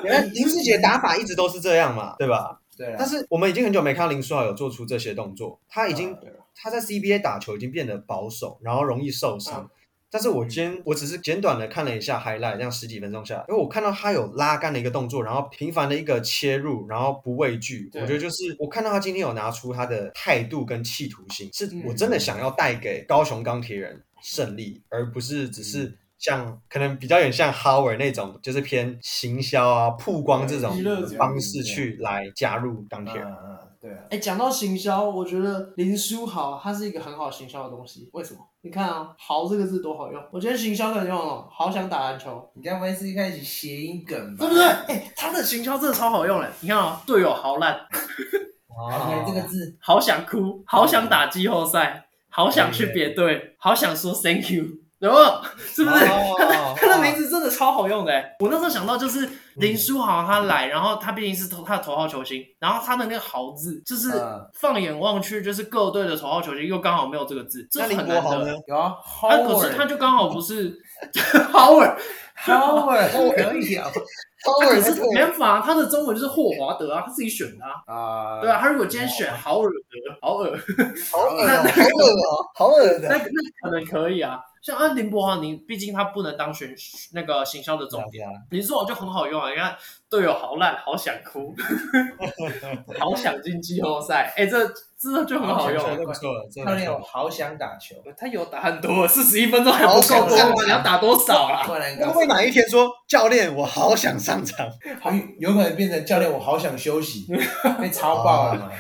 [SPEAKER 2] 因为林志杰打法一直都是这样嘛，对吧？
[SPEAKER 3] 对
[SPEAKER 4] 啊
[SPEAKER 3] 啊啦
[SPEAKER 2] 但是我们已经很久没看到林书豪有做出这些动作，他已经
[SPEAKER 3] 啊
[SPEAKER 2] 他在 CBA 打球已经变得保守，然后容易受
[SPEAKER 4] 啊
[SPEAKER 2] 伤。但是我今
[SPEAKER 4] 嗯
[SPEAKER 2] 天我只是简短的看了一下 highlight，这样十几分钟下来，因为我看到他有拉杆的一个动作，然后频繁的一个切入，然后不畏惧。我
[SPEAKER 4] 对
[SPEAKER 2] 觉得就是我看到他今天有拿出他的态度跟企图心，是
[SPEAKER 4] 嗯
[SPEAKER 2] 我真的想要带给高雄钢铁人胜利，而不是只是
[SPEAKER 4] 嗯
[SPEAKER 2] 像可能比较远像 Howard 那种，就是偏行销啊、曝光这种
[SPEAKER 4] 娱乐这样
[SPEAKER 2] 方式去来加入钢铁人。
[SPEAKER 3] 嗯嗯，对啊，
[SPEAKER 4] 哎，讲到行销，我觉得林书豪它是一个很好行销的东西。为什么？你看啊，“豪”这个字多好用，我觉得行销很用哦，好想打篮球，
[SPEAKER 3] 你该不会是一开始谐音梗吧？
[SPEAKER 1] 对不对？哎、他的行销真的超好用嘞！你看哦，队友好烂，
[SPEAKER 3] ？OK，这个字
[SPEAKER 1] 好想哭，好想打季后赛，好想去别队，好想说 thank you，有没有？ 是不是？
[SPEAKER 2] 哦
[SPEAKER 1] 他的他的名字真的超好用的欸。我那时候想到就是林书豪他来，然后他毕竟是头他的头号球星，然后他的那个“豪”字，就是
[SPEAKER 3] 嗯
[SPEAKER 1] 放眼望去就是各队的头号球星，又刚好没有这个字，这
[SPEAKER 2] 那林
[SPEAKER 1] 很
[SPEAKER 2] 国
[SPEAKER 1] 难
[SPEAKER 2] 豪呢
[SPEAKER 1] 得。？
[SPEAKER 3] 有啊
[SPEAKER 1] 啊，可是他
[SPEAKER 3] ，Howard，Howard
[SPEAKER 1] 就刚好不 是 Howard，
[SPEAKER 3] 可以啊，
[SPEAKER 1] 啊可
[SPEAKER 2] 是
[SPEAKER 1] 是没办法，他的中文就是霍华德啊，他自己选的啊。
[SPEAKER 3] 啊，
[SPEAKER 1] 对啊，，他如果今天
[SPEAKER 2] 哦
[SPEAKER 1] 选豪尔德，豪尔，
[SPEAKER 2] 好恶哦，好恶哦，好恶
[SPEAKER 1] 那那可能可以啊。像安林柏华，你毕竟他不能当选那个行销的总监，林书豪就很好用啊。你看队友好烂，好想 哭，好想进季后赛，哎、这这就很好
[SPEAKER 2] 好
[SPEAKER 1] 用
[SPEAKER 2] 用，
[SPEAKER 1] 啊。
[SPEAKER 2] 不错了，真
[SPEAKER 3] 教
[SPEAKER 2] 的不
[SPEAKER 3] 练，我
[SPEAKER 2] 错。
[SPEAKER 3] 好想打球，
[SPEAKER 1] 他有打很多，四十一分钟还不够多
[SPEAKER 2] 好想
[SPEAKER 1] 吗？你要打多少啊啦？
[SPEAKER 3] 不然
[SPEAKER 2] 会
[SPEAKER 3] 刚
[SPEAKER 2] 不会哪一天说教练，我好想上场？
[SPEAKER 3] 好哎有可能变成教练，我好想休 息，被超爆了嘛？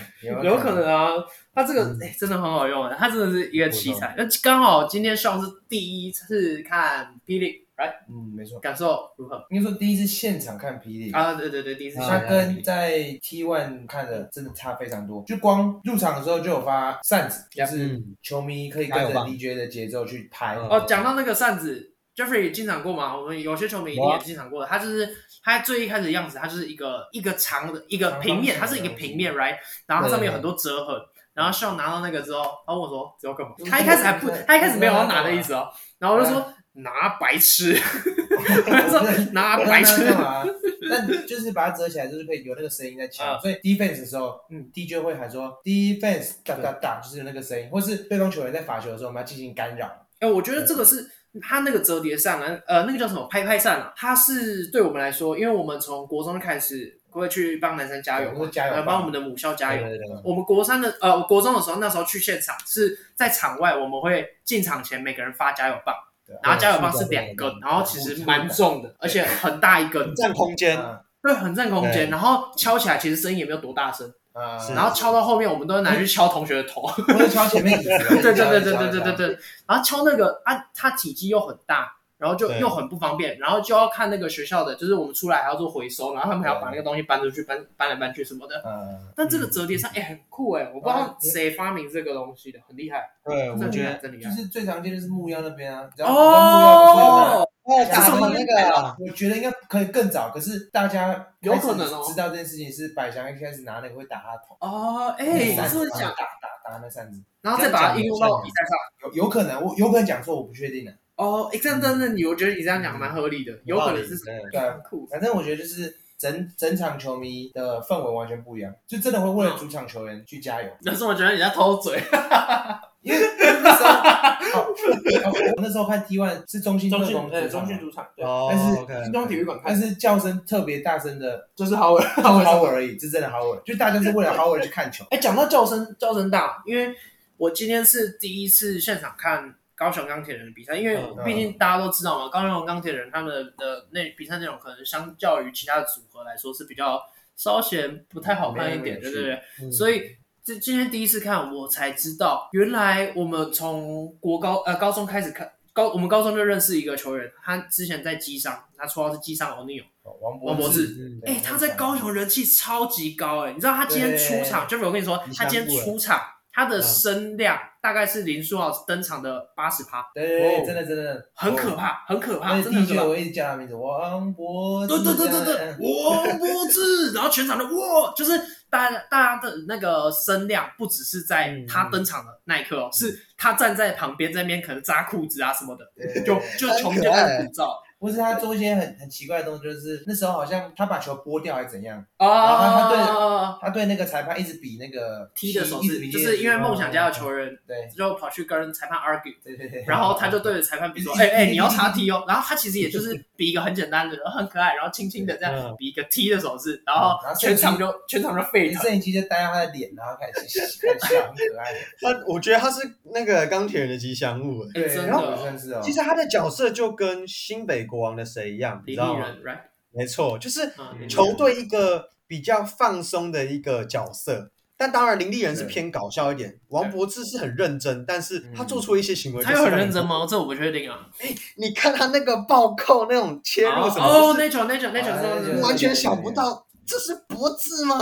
[SPEAKER 1] 有可能啊，他这个哎、真的很好用啊，他真的是一个奇才。那刚好今天上是第一次看霹雳，right？
[SPEAKER 3] 嗯，没错。
[SPEAKER 1] 感受如何？
[SPEAKER 3] 应该说第一次现场看霹雳，
[SPEAKER 1] 啊，对对对，第一次
[SPEAKER 3] 他
[SPEAKER 1] 上。
[SPEAKER 3] 跟在 T One 看的真的差非常多。就光入场的时候就有发扇子，就是
[SPEAKER 2] 嗯
[SPEAKER 3] 球迷可以
[SPEAKER 2] 加
[SPEAKER 3] 跟
[SPEAKER 2] 油
[SPEAKER 3] 着
[SPEAKER 2] 棒
[SPEAKER 3] DJ 的节奏去拍。
[SPEAKER 2] 嗯
[SPEAKER 1] 哦，讲到那个扇子，Jeffrey 进场过嘛？我们有些球迷一定也进场过的。他就是他最一开始的样子，他就是一个一个长的一个平面，它
[SPEAKER 3] 长方形的
[SPEAKER 1] 是一个平面，right？然后它上面有很多折痕。然后 Sean 拿到那个之后，他问我说：“这要干嘛？”他一开始还不
[SPEAKER 3] 嗯，
[SPEAKER 1] 他一开始没有要拿的意思哦。然后我就说：“拿白痴。”我说：“拿白痴
[SPEAKER 3] 干。嘛？但就是把它折起来，就是可以有那个声音在
[SPEAKER 1] 啊
[SPEAKER 3] 敲。所以 defense 的时候，
[SPEAKER 1] 嗯
[SPEAKER 3] 嗯，DJ 会喊说 defense 哒哒哒，就是有那个声音，或是对方球员在罚球的时候，我们要进行干扰。”
[SPEAKER 1] 哎，我觉得这个是它那个折叠扇啊，呃，那个叫什么拍拍扇啊，它是对我们来说，因为我们从国中就开始会去帮男生加油
[SPEAKER 3] 我
[SPEAKER 1] 嘛
[SPEAKER 3] 们，加油
[SPEAKER 1] 呃，
[SPEAKER 3] 棒
[SPEAKER 1] 帮我们的母校加油。
[SPEAKER 2] 对对对
[SPEAKER 1] 我们国三的呃国中的时候，那时候去现场是在场外，我们会进场前每个人发加油棒
[SPEAKER 3] 对啊，
[SPEAKER 1] 然后加油棒是两根，然后其实蛮重的，而且很大一根，
[SPEAKER 2] 占空间，
[SPEAKER 3] 啊
[SPEAKER 1] 对，很占空间。然后敲起来其实声音也没有多大声，
[SPEAKER 3] 啊，
[SPEAKER 2] 是
[SPEAKER 1] 然后敲到后面我们都会拿去敲同学的头，
[SPEAKER 3] 或者敲前面椅子啊。
[SPEAKER 1] 对对对对
[SPEAKER 3] 敲
[SPEAKER 1] 对
[SPEAKER 3] 一敲
[SPEAKER 1] 对对。对。然后敲那个啊，它体积又很大。然后就
[SPEAKER 2] 对
[SPEAKER 1] 又很不方便，然后就要看那个学校的，就是我们出来还要做回收，然后他们还要把那个东西搬出去，搬搬来搬去什么的。
[SPEAKER 3] 嗯，
[SPEAKER 1] 但这个折叠扇哎、很酷哎、我不知道
[SPEAKER 3] 啊你
[SPEAKER 1] 谁发明这个东西的，很厉害，
[SPEAKER 2] 对，
[SPEAKER 1] 真的
[SPEAKER 2] 我
[SPEAKER 1] 厉
[SPEAKER 2] 觉
[SPEAKER 1] 害，
[SPEAKER 2] 得
[SPEAKER 1] 真的厉
[SPEAKER 3] 就
[SPEAKER 1] 害。
[SPEAKER 3] 是最常见就是木曜那边啊，然后木曜不是有那
[SPEAKER 1] 哦，
[SPEAKER 2] 哦
[SPEAKER 3] 个打的那
[SPEAKER 2] 个，
[SPEAKER 3] 我觉得应该可以更早，可是大家
[SPEAKER 1] 有可能哦
[SPEAKER 3] 开始知道这件事情是百祥一开始拿那个会打他头，
[SPEAKER 1] 哦，哎，你这么
[SPEAKER 3] 打
[SPEAKER 1] 讲，
[SPEAKER 3] 打打那扇子，
[SPEAKER 1] 然后再把它应用到比赛上。
[SPEAKER 3] 有有可能我有可能讲错，我不确定啊的。
[SPEAKER 1] 哦，哎，这样，但是你，我觉得你这样讲蛮合理的，有可能是
[SPEAKER 3] 对啊，
[SPEAKER 1] 酷。
[SPEAKER 3] 反正我觉得就是整整场球迷的氛围完全不一样，就真的会
[SPEAKER 1] 嗯
[SPEAKER 3] 为了主场球员去加油。
[SPEAKER 1] 但是我觉得你在偷嘴，
[SPEAKER 3] 因为那时候，哦我那时候看 T one 是中信特
[SPEAKER 4] 中信
[SPEAKER 3] 工
[SPEAKER 4] 呃
[SPEAKER 3] 主场
[SPEAKER 4] 中
[SPEAKER 3] 嘛
[SPEAKER 4] 信主场，对，
[SPEAKER 2] 哦
[SPEAKER 3] 但是
[SPEAKER 2] OK，
[SPEAKER 4] 新庄体育馆
[SPEAKER 3] 但
[SPEAKER 4] 看，
[SPEAKER 3] 是叫声特别大声的
[SPEAKER 4] 就是豪尔豪尔
[SPEAKER 3] 豪尔而已，是真的豪尔，就大家是为了豪尔去看球。
[SPEAKER 1] 哎，讲到叫声，叫声大，因为我今天是第一次现场看高雄钢铁人的比赛，因为
[SPEAKER 2] 嗯
[SPEAKER 1] 毕竟大家都知道嘛，高雄钢铁人他们的呃那比赛内容可能相较于其他组合来说是比较稍显不太好看一点，
[SPEAKER 3] 没那
[SPEAKER 1] 对
[SPEAKER 3] 么有趣
[SPEAKER 1] 对对。
[SPEAKER 2] 嗯
[SPEAKER 1] 所以这今天第一次看，我才知道原来我们从国高呃高中开始看。高，我们高中就认识一个球员，他之前在机商，他绰号是机商欧尼尔。
[SPEAKER 3] 哦王
[SPEAKER 1] 王柏
[SPEAKER 3] 柏
[SPEAKER 1] 智
[SPEAKER 2] 嗯
[SPEAKER 1] 哎、他在高雄人气超级高哎、你知道他今天出场，就是我跟你说
[SPEAKER 2] 你，
[SPEAKER 1] 他
[SPEAKER 2] 想
[SPEAKER 1] 今
[SPEAKER 2] 过
[SPEAKER 1] 天
[SPEAKER 2] 了
[SPEAKER 1] 出场，他的
[SPEAKER 2] 嗯
[SPEAKER 1] 声量大概是林书豪登场的八十趴，
[SPEAKER 3] 对对对，
[SPEAKER 2] 哦
[SPEAKER 3] 真的真的
[SPEAKER 1] 很可。怕，很可怕，
[SPEAKER 3] 那
[SPEAKER 1] 真的很
[SPEAKER 3] DJ
[SPEAKER 1] 可怕。
[SPEAKER 3] 我一直叫他名字，王柏
[SPEAKER 1] 对
[SPEAKER 3] 智。
[SPEAKER 1] 对对对对，王柏志，然后全场的哇，就是大家大家的那个声量不只是在
[SPEAKER 2] 嗯
[SPEAKER 1] 他登场的那一刻哦，是他站在旁边在那边可能扎裤子啊什么的，
[SPEAKER 3] 对，对对
[SPEAKER 1] 就
[SPEAKER 3] 对
[SPEAKER 1] 就
[SPEAKER 2] 很
[SPEAKER 1] 从
[SPEAKER 2] 可
[SPEAKER 1] 就开
[SPEAKER 2] 爱
[SPEAKER 1] 始鼓噪
[SPEAKER 3] 或是他做一些很很奇怪的动作，就是那时候好像他把球拨掉还是怎样，
[SPEAKER 1] 啊
[SPEAKER 3] 他对
[SPEAKER 1] 对
[SPEAKER 3] 他对那个裁判一直比那个
[SPEAKER 1] 踢的手
[SPEAKER 3] 一直
[SPEAKER 1] 势，
[SPEAKER 3] 比
[SPEAKER 1] 就是因为梦想家的球员
[SPEAKER 3] 对
[SPEAKER 1] 就跑去跟裁判 argue。
[SPEAKER 3] 对对对，
[SPEAKER 1] 然后他就对着裁判比说：“哎哎、你要插踢哦。”然后他其实也就是 比一个很简单的，很可爱，然后轻轻的这样
[SPEAKER 2] 嗯
[SPEAKER 1] 比一个踢的手嗯势，然后
[SPEAKER 3] 然后
[SPEAKER 1] 全场就全场就 沸腾。
[SPEAKER 3] 摄影机就搭到他的脸，然后开始开始笑，很 可爱。
[SPEAKER 2] 他我觉得他是那个钢铁人的吉祥物。哎
[SPEAKER 3] 对，
[SPEAKER 1] 真的
[SPEAKER 3] 然后算是哦，
[SPEAKER 2] 其实他的角色就跟新北国王的谁一样，你
[SPEAKER 1] 李
[SPEAKER 2] 知
[SPEAKER 1] 丽
[SPEAKER 2] 道吗？
[SPEAKER 1] 人，right？
[SPEAKER 2] 没错，就是
[SPEAKER 1] 嗯，
[SPEAKER 2] 球队一个比较放松的一个角色。但当然，林立人是偏搞笑一点，王柏志是很认真，但是他做出一些行为，
[SPEAKER 1] 嗯他有很认真。吗？这我不确定啊。
[SPEAKER 2] 你看他那个暴扣那种切入什么，
[SPEAKER 1] 哦，
[SPEAKER 2] 就是
[SPEAKER 1] 那球那球那球
[SPEAKER 3] 哦那
[SPEAKER 1] 是
[SPEAKER 3] 球
[SPEAKER 2] 完全想不到这是柏志吗？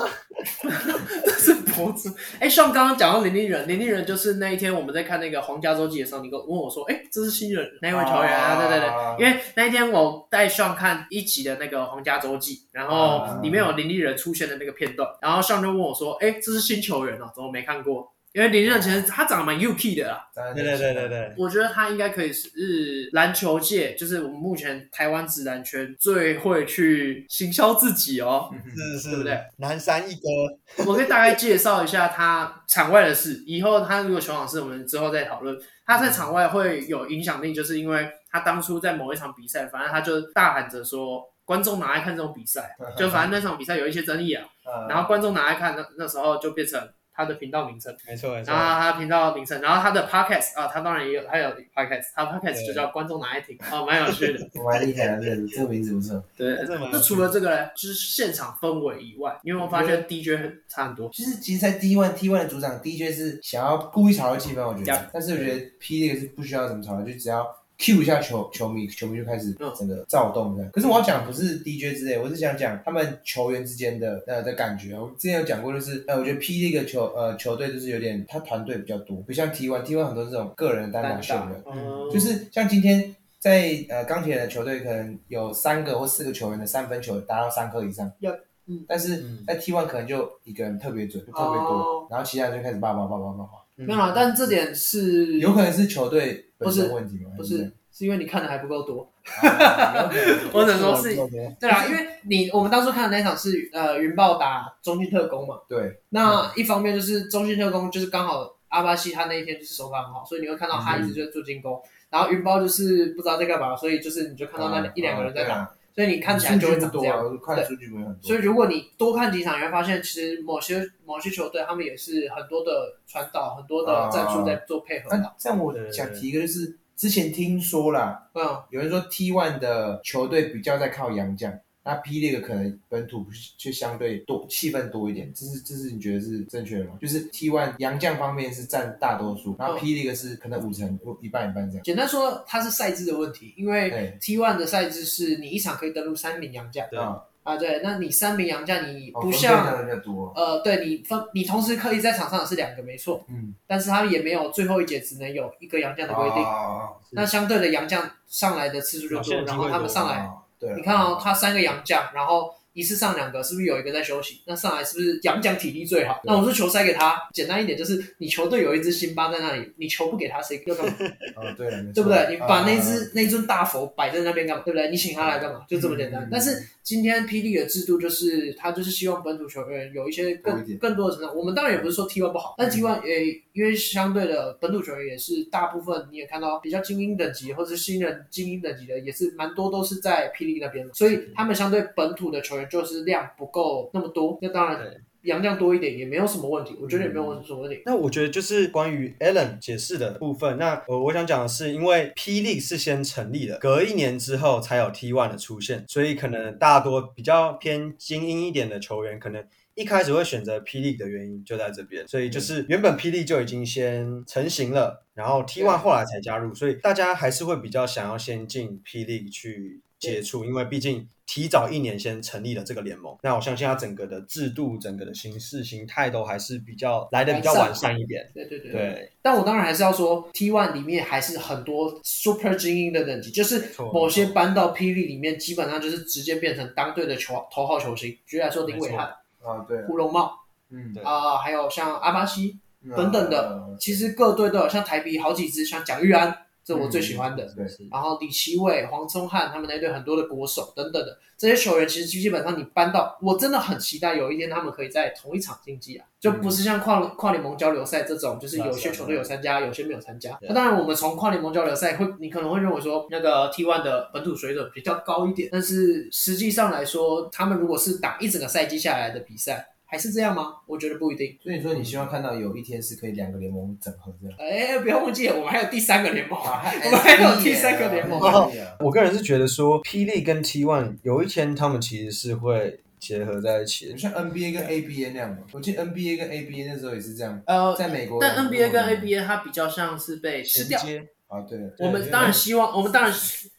[SPEAKER 1] 是脖子。 哎，像刚刚讲到林丽人，林丽人就是那一天我们在看那个皇家洲际的时候，你跟问我说：“哎，这是新人那一位球员啊？”对对对。因为那一天我带上看一集的那个《皇家周记》，然后里面有林立人出现的那个片段，然后上就问我说：“哎，这是新球员哦，怎么没看过？”因为林立人其实他长得蛮 UK 的啦，
[SPEAKER 3] 为
[SPEAKER 2] 对对对对对，
[SPEAKER 1] 我觉得他应该可以是篮球界，就是我们目前台湾职篮圈最会去行销自己哦。
[SPEAKER 2] 是是，
[SPEAKER 1] 对不对？
[SPEAKER 2] 南山一哥，
[SPEAKER 1] 我可以大概介绍一下他场外的事，以后他如果球场是我们之后再讨论。他在场外会有影响力，就是因为他当初在某一场比赛，反正他就大喊着说。观众哪爱看这种比 赛？
[SPEAKER 3] 嗯
[SPEAKER 1] 就反正那场比赛有一些争议啊，然后观众哪爱看？那那时候就变成他的频道名称，
[SPEAKER 2] 没错没错
[SPEAKER 1] 然后。他的频道名称，然后他的 podcast 啊，他当然也有，他有 podcast，他 podcast
[SPEAKER 2] 对
[SPEAKER 1] 就叫观众哪爱听，哦，蛮有趣 的。
[SPEAKER 3] 后蛮厉害的，这个这个名字不错。
[SPEAKER 1] 对
[SPEAKER 2] 这蛮有，趣
[SPEAKER 1] 那除了这个呢，就是现场氛围以外，你有没有发现 DJ 很差很多？
[SPEAKER 3] 其实，其实，在 D one T one 的主场，DJ 是想要故意炒热气氛，我觉
[SPEAKER 1] Yeah
[SPEAKER 3] 得。但是我觉得 P 这个是不需要怎么炒的，就只要 Q 一下球球迷，球迷就开始
[SPEAKER 1] 嗯
[SPEAKER 3] 整个躁动这样。可是我要讲不是 DJ 之类，我是想讲他们球员之间的呃的感觉。我之前有讲过，就是呃，我觉得 P 这个球呃球队就是有点他团队比较多，不像 T one T one 很多这种个人的单打秀的，
[SPEAKER 1] 嗯
[SPEAKER 3] 就是像今天。在呃钢铁人的球队可能有三个或四个球员的三分球达到三颗以上
[SPEAKER 4] Yep，嗯
[SPEAKER 3] 但是
[SPEAKER 2] 嗯
[SPEAKER 3] 在 T one 可能就一个人特别准，就特别多
[SPEAKER 4] 哦
[SPEAKER 3] 然后其他人就开始叭叭叭叭叭叭，
[SPEAKER 2] 嗯
[SPEAKER 4] 没有啦，但这点是
[SPEAKER 3] 有可能是球队本身
[SPEAKER 4] 不是
[SPEAKER 3] 问题吗？
[SPEAKER 4] 不是，是因为你看的还不够多。
[SPEAKER 3] 还是，啊有
[SPEAKER 1] 我
[SPEAKER 3] 可能
[SPEAKER 1] 只能说是
[SPEAKER 4] 对
[SPEAKER 3] 啊
[SPEAKER 4] 啦，因为你我们当初看的那场是呃云豹打中信特工嘛，
[SPEAKER 3] 对，
[SPEAKER 4] 那一方面就是中信特工就是刚好阿巴西他那一天就是手感很好，所以你会看到
[SPEAKER 3] 嗯
[SPEAKER 4] 他一直就在做进攻，然后云豹就是不知道在干嘛，所以就是你就看到
[SPEAKER 3] 啊
[SPEAKER 4] 那一两个人在打，
[SPEAKER 3] 打，
[SPEAKER 4] 所以你看起来就会
[SPEAKER 3] 数
[SPEAKER 4] 长
[SPEAKER 3] 据不
[SPEAKER 4] 这
[SPEAKER 3] 多啊，
[SPEAKER 4] 样。
[SPEAKER 3] 我看数据不会很多，
[SPEAKER 4] 所以如果你多看几场，你会发现其实某些某些球队他们也是很多的传导，很多的战术在做配合的。
[SPEAKER 3] 那这样我想提一个，就是之前听说啦，
[SPEAKER 4] 嗯，
[SPEAKER 3] 有人说 T one 的球队比较在靠洋将。那 P League 可能本土就相对多气氛多一点，这是这是你觉得是正确的吗？就是 T one 洋将方面是占大多数，然后
[SPEAKER 4] 嗯
[SPEAKER 3] P League 是可能五成一半一半这样。哎
[SPEAKER 4] 简单说它是赛制的问题，因为
[SPEAKER 3] 对
[SPEAKER 4] T one 的赛制是你一场可以登录三名洋将
[SPEAKER 2] 对
[SPEAKER 3] 啊，
[SPEAKER 4] 啊，对，那你三名洋将你
[SPEAKER 3] 哦
[SPEAKER 4] 不
[SPEAKER 3] 分配
[SPEAKER 4] 像
[SPEAKER 3] 的人比较多，
[SPEAKER 4] 呃，对你分你同时可以在场上的是两个没错，
[SPEAKER 3] 嗯，
[SPEAKER 4] 但是他也没有最后一节只能有一个洋将的规定。
[SPEAKER 3] 哦
[SPEAKER 4] 那相对的洋将上来的次数就
[SPEAKER 2] 表现
[SPEAKER 4] 多，
[SPEAKER 2] 的机
[SPEAKER 4] 然
[SPEAKER 2] 会
[SPEAKER 4] 后他们
[SPEAKER 2] 多
[SPEAKER 4] 上来，
[SPEAKER 3] 哦，对了，
[SPEAKER 4] 你看哦，他三个洋将，然后一次上两个，是不是有一个在休息？那上来是不是讲讲体力最好？那我说球塞给他，简单一点就是你球队有一只辛巴在那里，你球不给他谁要干嘛？
[SPEAKER 3] 哦，对了，没错
[SPEAKER 4] 对不对？你把那
[SPEAKER 3] 啊
[SPEAKER 4] 只、那尊大佛摆在那边干嘛？对不对？你请他来干嘛？就这么简单。
[SPEAKER 3] 嗯
[SPEAKER 4] 但是今天霹雳的制度就是，他就是希望本土球员有一些
[SPEAKER 3] 多一
[SPEAKER 4] 更
[SPEAKER 3] 点嗯
[SPEAKER 4] 更多的成长。我们当然也不是说 T1 不好，但 T1 也因为相对的本土球员也是大部分你也看到比较精英等级或者新人精英等级的也是蛮多都是在霹雳那边的，所以他们相对本土的球员就是量不够那么多。那当然
[SPEAKER 2] 对。
[SPEAKER 4] 洋将多一点也没有什么问题，我觉得也没有什么问题。
[SPEAKER 2] 那我觉得就是关于 Alan 解释的部分。那呃，我想讲的是，因为霹雳是先成立的，隔一年之后才有 T One 的出现，所以可能大多比较偏精英一点的球员，可能一开始会选择霹雳的原因就在这边。所以就是原本霹雳就已经先成型了，然后 T One 后来才加入，所以大家还是会比较想要先进霹雳去接触，因为毕竟。提早一年先成立了这个联盟，那我相信它整个的制度、整个的形式、形态都还是比较来的比较完善一点。
[SPEAKER 4] 对对对
[SPEAKER 2] 对，
[SPEAKER 4] 但我当然还是要说，T One 里面还是很多 super 精英的等级，就是
[SPEAKER 2] 错
[SPEAKER 4] 某些搬到霹雳里面，基本上就是直接变成当队的球头号球星。举例来说，林伟汉、
[SPEAKER 3] 啊，对了，
[SPEAKER 4] 胡龙茂
[SPEAKER 3] 嗯，
[SPEAKER 2] 对
[SPEAKER 4] 啊、还有像阿巴西等等的，
[SPEAKER 3] 嗯，
[SPEAKER 4] 其实各队都有，像台啤好几支，像蒋玉安，这
[SPEAKER 2] 嗯
[SPEAKER 4] 我最喜欢的。
[SPEAKER 3] 对，
[SPEAKER 2] 是
[SPEAKER 4] 然后李奇伟、黄宗汉他们那队很多的国手等等的这些球员，其实基本上你搬到，我真的很期待有一天他们可以在同一场竞技啊，就不是像跨跨联盟交流赛这种，就是有啊些球队有参加，有些没有参加。
[SPEAKER 2] 对
[SPEAKER 4] 那当然，我们从跨联盟交流赛会，你可能会认为说那个 T1 的本土水准比较高一点，但是实际上来说，他们如果是打一整个赛季下来的比赛，还是这样吗？我觉得不一定。
[SPEAKER 3] 所以说你希望看到有一天是可以两个联盟整合这样。
[SPEAKER 4] 哎，不要忘记，我们还有第三个联盟啊，我
[SPEAKER 3] 我
[SPEAKER 4] 们还有第三个联盟。
[SPEAKER 3] 哦
[SPEAKER 2] 我个人是觉得说，霹雳跟 T One 有一天他们其实是会结合在一起
[SPEAKER 3] 就
[SPEAKER 2] 的。
[SPEAKER 3] 像 NBA 跟 ABA 那样嘛，我记得 NBA 跟 ABA 那时候也是这样，
[SPEAKER 4] 哦
[SPEAKER 1] 呃，
[SPEAKER 3] 在美国有。
[SPEAKER 1] 但 NBA
[SPEAKER 2] 嗯
[SPEAKER 1] 跟 ABA 它比较像是被吃掉。
[SPEAKER 2] 接
[SPEAKER 3] 啊，对了，
[SPEAKER 1] 我们
[SPEAKER 3] 对
[SPEAKER 1] 当然希望，我们当然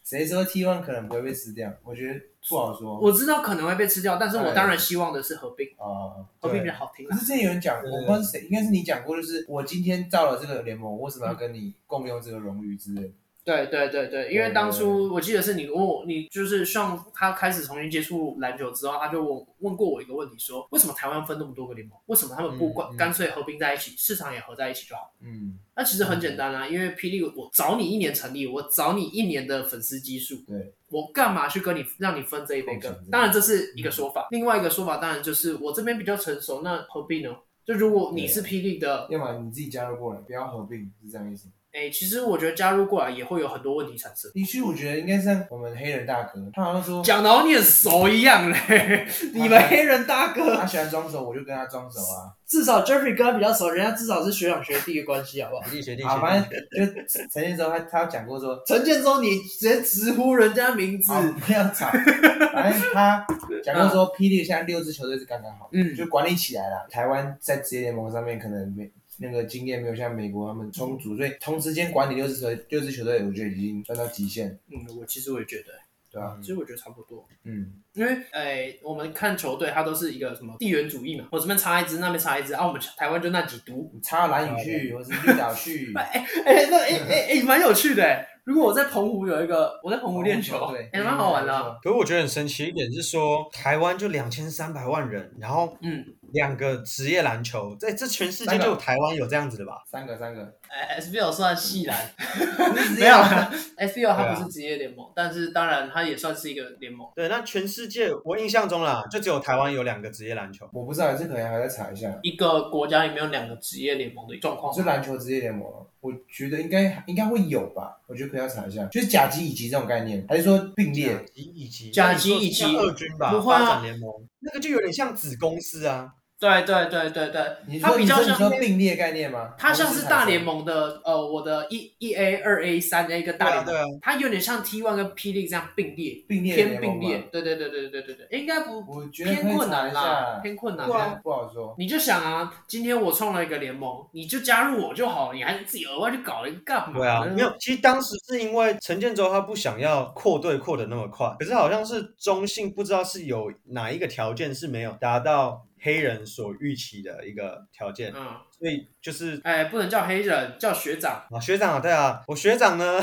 [SPEAKER 3] 谁说 T1 可能不会被吃掉？我觉得不好说
[SPEAKER 1] 我知道可能会被吃掉，但是我
[SPEAKER 3] 对
[SPEAKER 1] 当然希望的是合并，
[SPEAKER 3] 啊。
[SPEAKER 1] 合并比
[SPEAKER 3] 对
[SPEAKER 1] 较好听
[SPEAKER 3] 可
[SPEAKER 1] 啊。
[SPEAKER 3] 是之前有人讲，
[SPEAKER 2] 对
[SPEAKER 3] 我不知道是谁，应该是你讲过，就是我今天到了这个联盟，我为什么要跟你共用这个荣誉之类的？
[SPEAKER 1] 对对对对，因为当初我记得是你问我，你就是像他开始重新接触篮球之后，他就问问过我一个问题说，为什么台湾分那么多个联盟，为什么他们不
[SPEAKER 3] 嗯
[SPEAKER 1] 干
[SPEAKER 3] 嗯
[SPEAKER 1] 干脆合并在一起，市场也合在一起就好了？
[SPEAKER 3] 嗯，
[SPEAKER 1] 那其实很简单啊，因为霹雳我早你一年成立，我早你一年的粉丝基数，
[SPEAKER 3] 对，
[SPEAKER 1] 我干嘛去跟你让你分这一杯羹
[SPEAKER 3] 共享这？个
[SPEAKER 1] 当然这是一个说法，另外一个说法当然就是我这边比较成熟，那何必呢？就如果你是霹雳的，
[SPEAKER 3] 要么你自己加入过来，不要合并，是这样意思吗。
[SPEAKER 1] 哎、其实我觉得加入过来也会有很多问题产生。
[SPEAKER 3] 的确，我觉得应该像我们黑人大哥，他好像说
[SPEAKER 1] 讲的好像你很熟一样嘞，
[SPEAKER 4] 你们黑人大哥
[SPEAKER 3] 他，喜欢装熟，我就跟他装熟啊。
[SPEAKER 4] 至少 Jeffrey 跟他比较熟，人家至少是学长学弟的关系，好不好？
[SPEAKER 2] 学弟学弟
[SPEAKER 3] 啊，
[SPEAKER 2] 学
[SPEAKER 3] 反
[SPEAKER 2] 弟，
[SPEAKER 3] 正就是陈建州他他有讲过说，
[SPEAKER 4] 陈建州，你直接直呼人家名 字，
[SPEAKER 3] 啊
[SPEAKER 1] 嗯
[SPEAKER 3] 不要吵，反正哎他讲过说，霹雳现在六支球队是刚刚好，
[SPEAKER 1] 嗯
[SPEAKER 3] 就管理起来了。台湾在职业联盟上面可能没。那个经验没有像美国他们充足，所以同时间管理六支球队，六支球队，我觉得已经算到极限，
[SPEAKER 1] 嗯，我其实我也觉得，
[SPEAKER 3] 对啊吧、
[SPEAKER 2] 嗯
[SPEAKER 1] 其实我觉得差不多，
[SPEAKER 3] 嗯，
[SPEAKER 1] 因为哎、我们看球队它都是一个什么地缘主义嘛，我这边插一支，那边插一支啊，我们台湾就那几独，
[SPEAKER 3] 你插到蓝 屿去，或是绿岛去，
[SPEAKER 1] 哎、那哎哎哎，蛮、有趣的哎。如果我在澎湖有一个，我在澎湖练球，
[SPEAKER 3] 哦
[SPEAKER 1] 哎
[SPEAKER 3] 对、
[SPEAKER 1] 蛮好玩的啊。
[SPEAKER 2] 可是我觉得很神奇一点是说，台湾就两千三百万人，然后
[SPEAKER 1] 嗯
[SPEAKER 2] 两个职业篮球，在这全世界
[SPEAKER 3] 三个
[SPEAKER 2] 就有台湾有这样子的吧？
[SPEAKER 3] 三个三个，
[SPEAKER 1] 哎，SBL 算系篮，
[SPEAKER 3] 没
[SPEAKER 1] 没有啦 SBL
[SPEAKER 2] 对
[SPEAKER 1] 它
[SPEAKER 2] 啊
[SPEAKER 1] 不是职业联盟，但是当然它也算是一个联盟。
[SPEAKER 2] 对，那全世界我印象中啦，就只有台湾有两个职业篮球。
[SPEAKER 3] 我不知道，这可能还要再查一下。
[SPEAKER 1] 一个国家里面有两个职业联盟的状况
[SPEAKER 3] 是
[SPEAKER 1] 嘛，
[SPEAKER 3] 篮球职业联盟吗，我觉得应该应该会有吧，我觉得可以要查一下，就是甲级乙级这种概念，还是说并
[SPEAKER 2] 甲
[SPEAKER 3] 列？
[SPEAKER 2] 级以及
[SPEAKER 1] 甲级以及
[SPEAKER 2] 那你说像二军吧，
[SPEAKER 1] 不会啊
[SPEAKER 2] 发展联盟那个就有点像子公司啊，
[SPEAKER 1] 对对对对对，
[SPEAKER 3] 你
[SPEAKER 1] 它
[SPEAKER 3] 说
[SPEAKER 1] 比较
[SPEAKER 3] 你说你
[SPEAKER 1] 像
[SPEAKER 3] 说并列概念吗？
[SPEAKER 1] 它像是大联
[SPEAKER 3] 还
[SPEAKER 1] 盟的，呃，我的一一 A、二 A、三 A 跟
[SPEAKER 2] 对
[SPEAKER 1] 大
[SPEAKER 2] 啊
[SPEAKER 1] 联
[SPEAKER 2] 对
[SPEAKER 1] 盟，
[SPEAKER 2] 啊，
[SPEAKER 1] 它有点像 T1 跟霹雳这样并列，
[SPEAKER 3] 并列
[SPEAKER 1] 偏
[SPEAKER 3] 联
[SPEAKER 1] 并
[SPEAKER 3] 盟吗
[SPEAKER 1] 列，，对对对对对对对对，应该不
[SPEAKER 3] 我觉得可
[SPEAKER 1] 偏
[SPEAKER 3] 以
[SPEAKER 1] 困
[SPEAKER 3] 查
[SPEAKER 1] 难
[SPEAKER 3] 一
[SPEAKER 1] 啦，
[SPEAKER 3] 下，
[SPEAKER 1] 偏困难
[SPEAKER 3] 对啊
[SPEAKER 1] 啦。
[SPEAKER 3] 不好说。
[SPEAKER 1] 你就想啊，今天我创了一个联盟，你就加入我就好，你还自己额外去搞一个干嘛？
[SPEAKER 2] 对啊，没有。其实当时是因为陈建州他不想要扩队扩的那么快，可是好像是中信不知道是有哪一个条件是没有达到黑人所预期的一个条件，
[SPEAKER 1] 嗯，
[SPEAKER 2] 所以就是
[SPEAKER 1] 哎，不能叫黑人，叫学长。
[SPEAKER 2] 啊学长啊，对啊，我学长呢，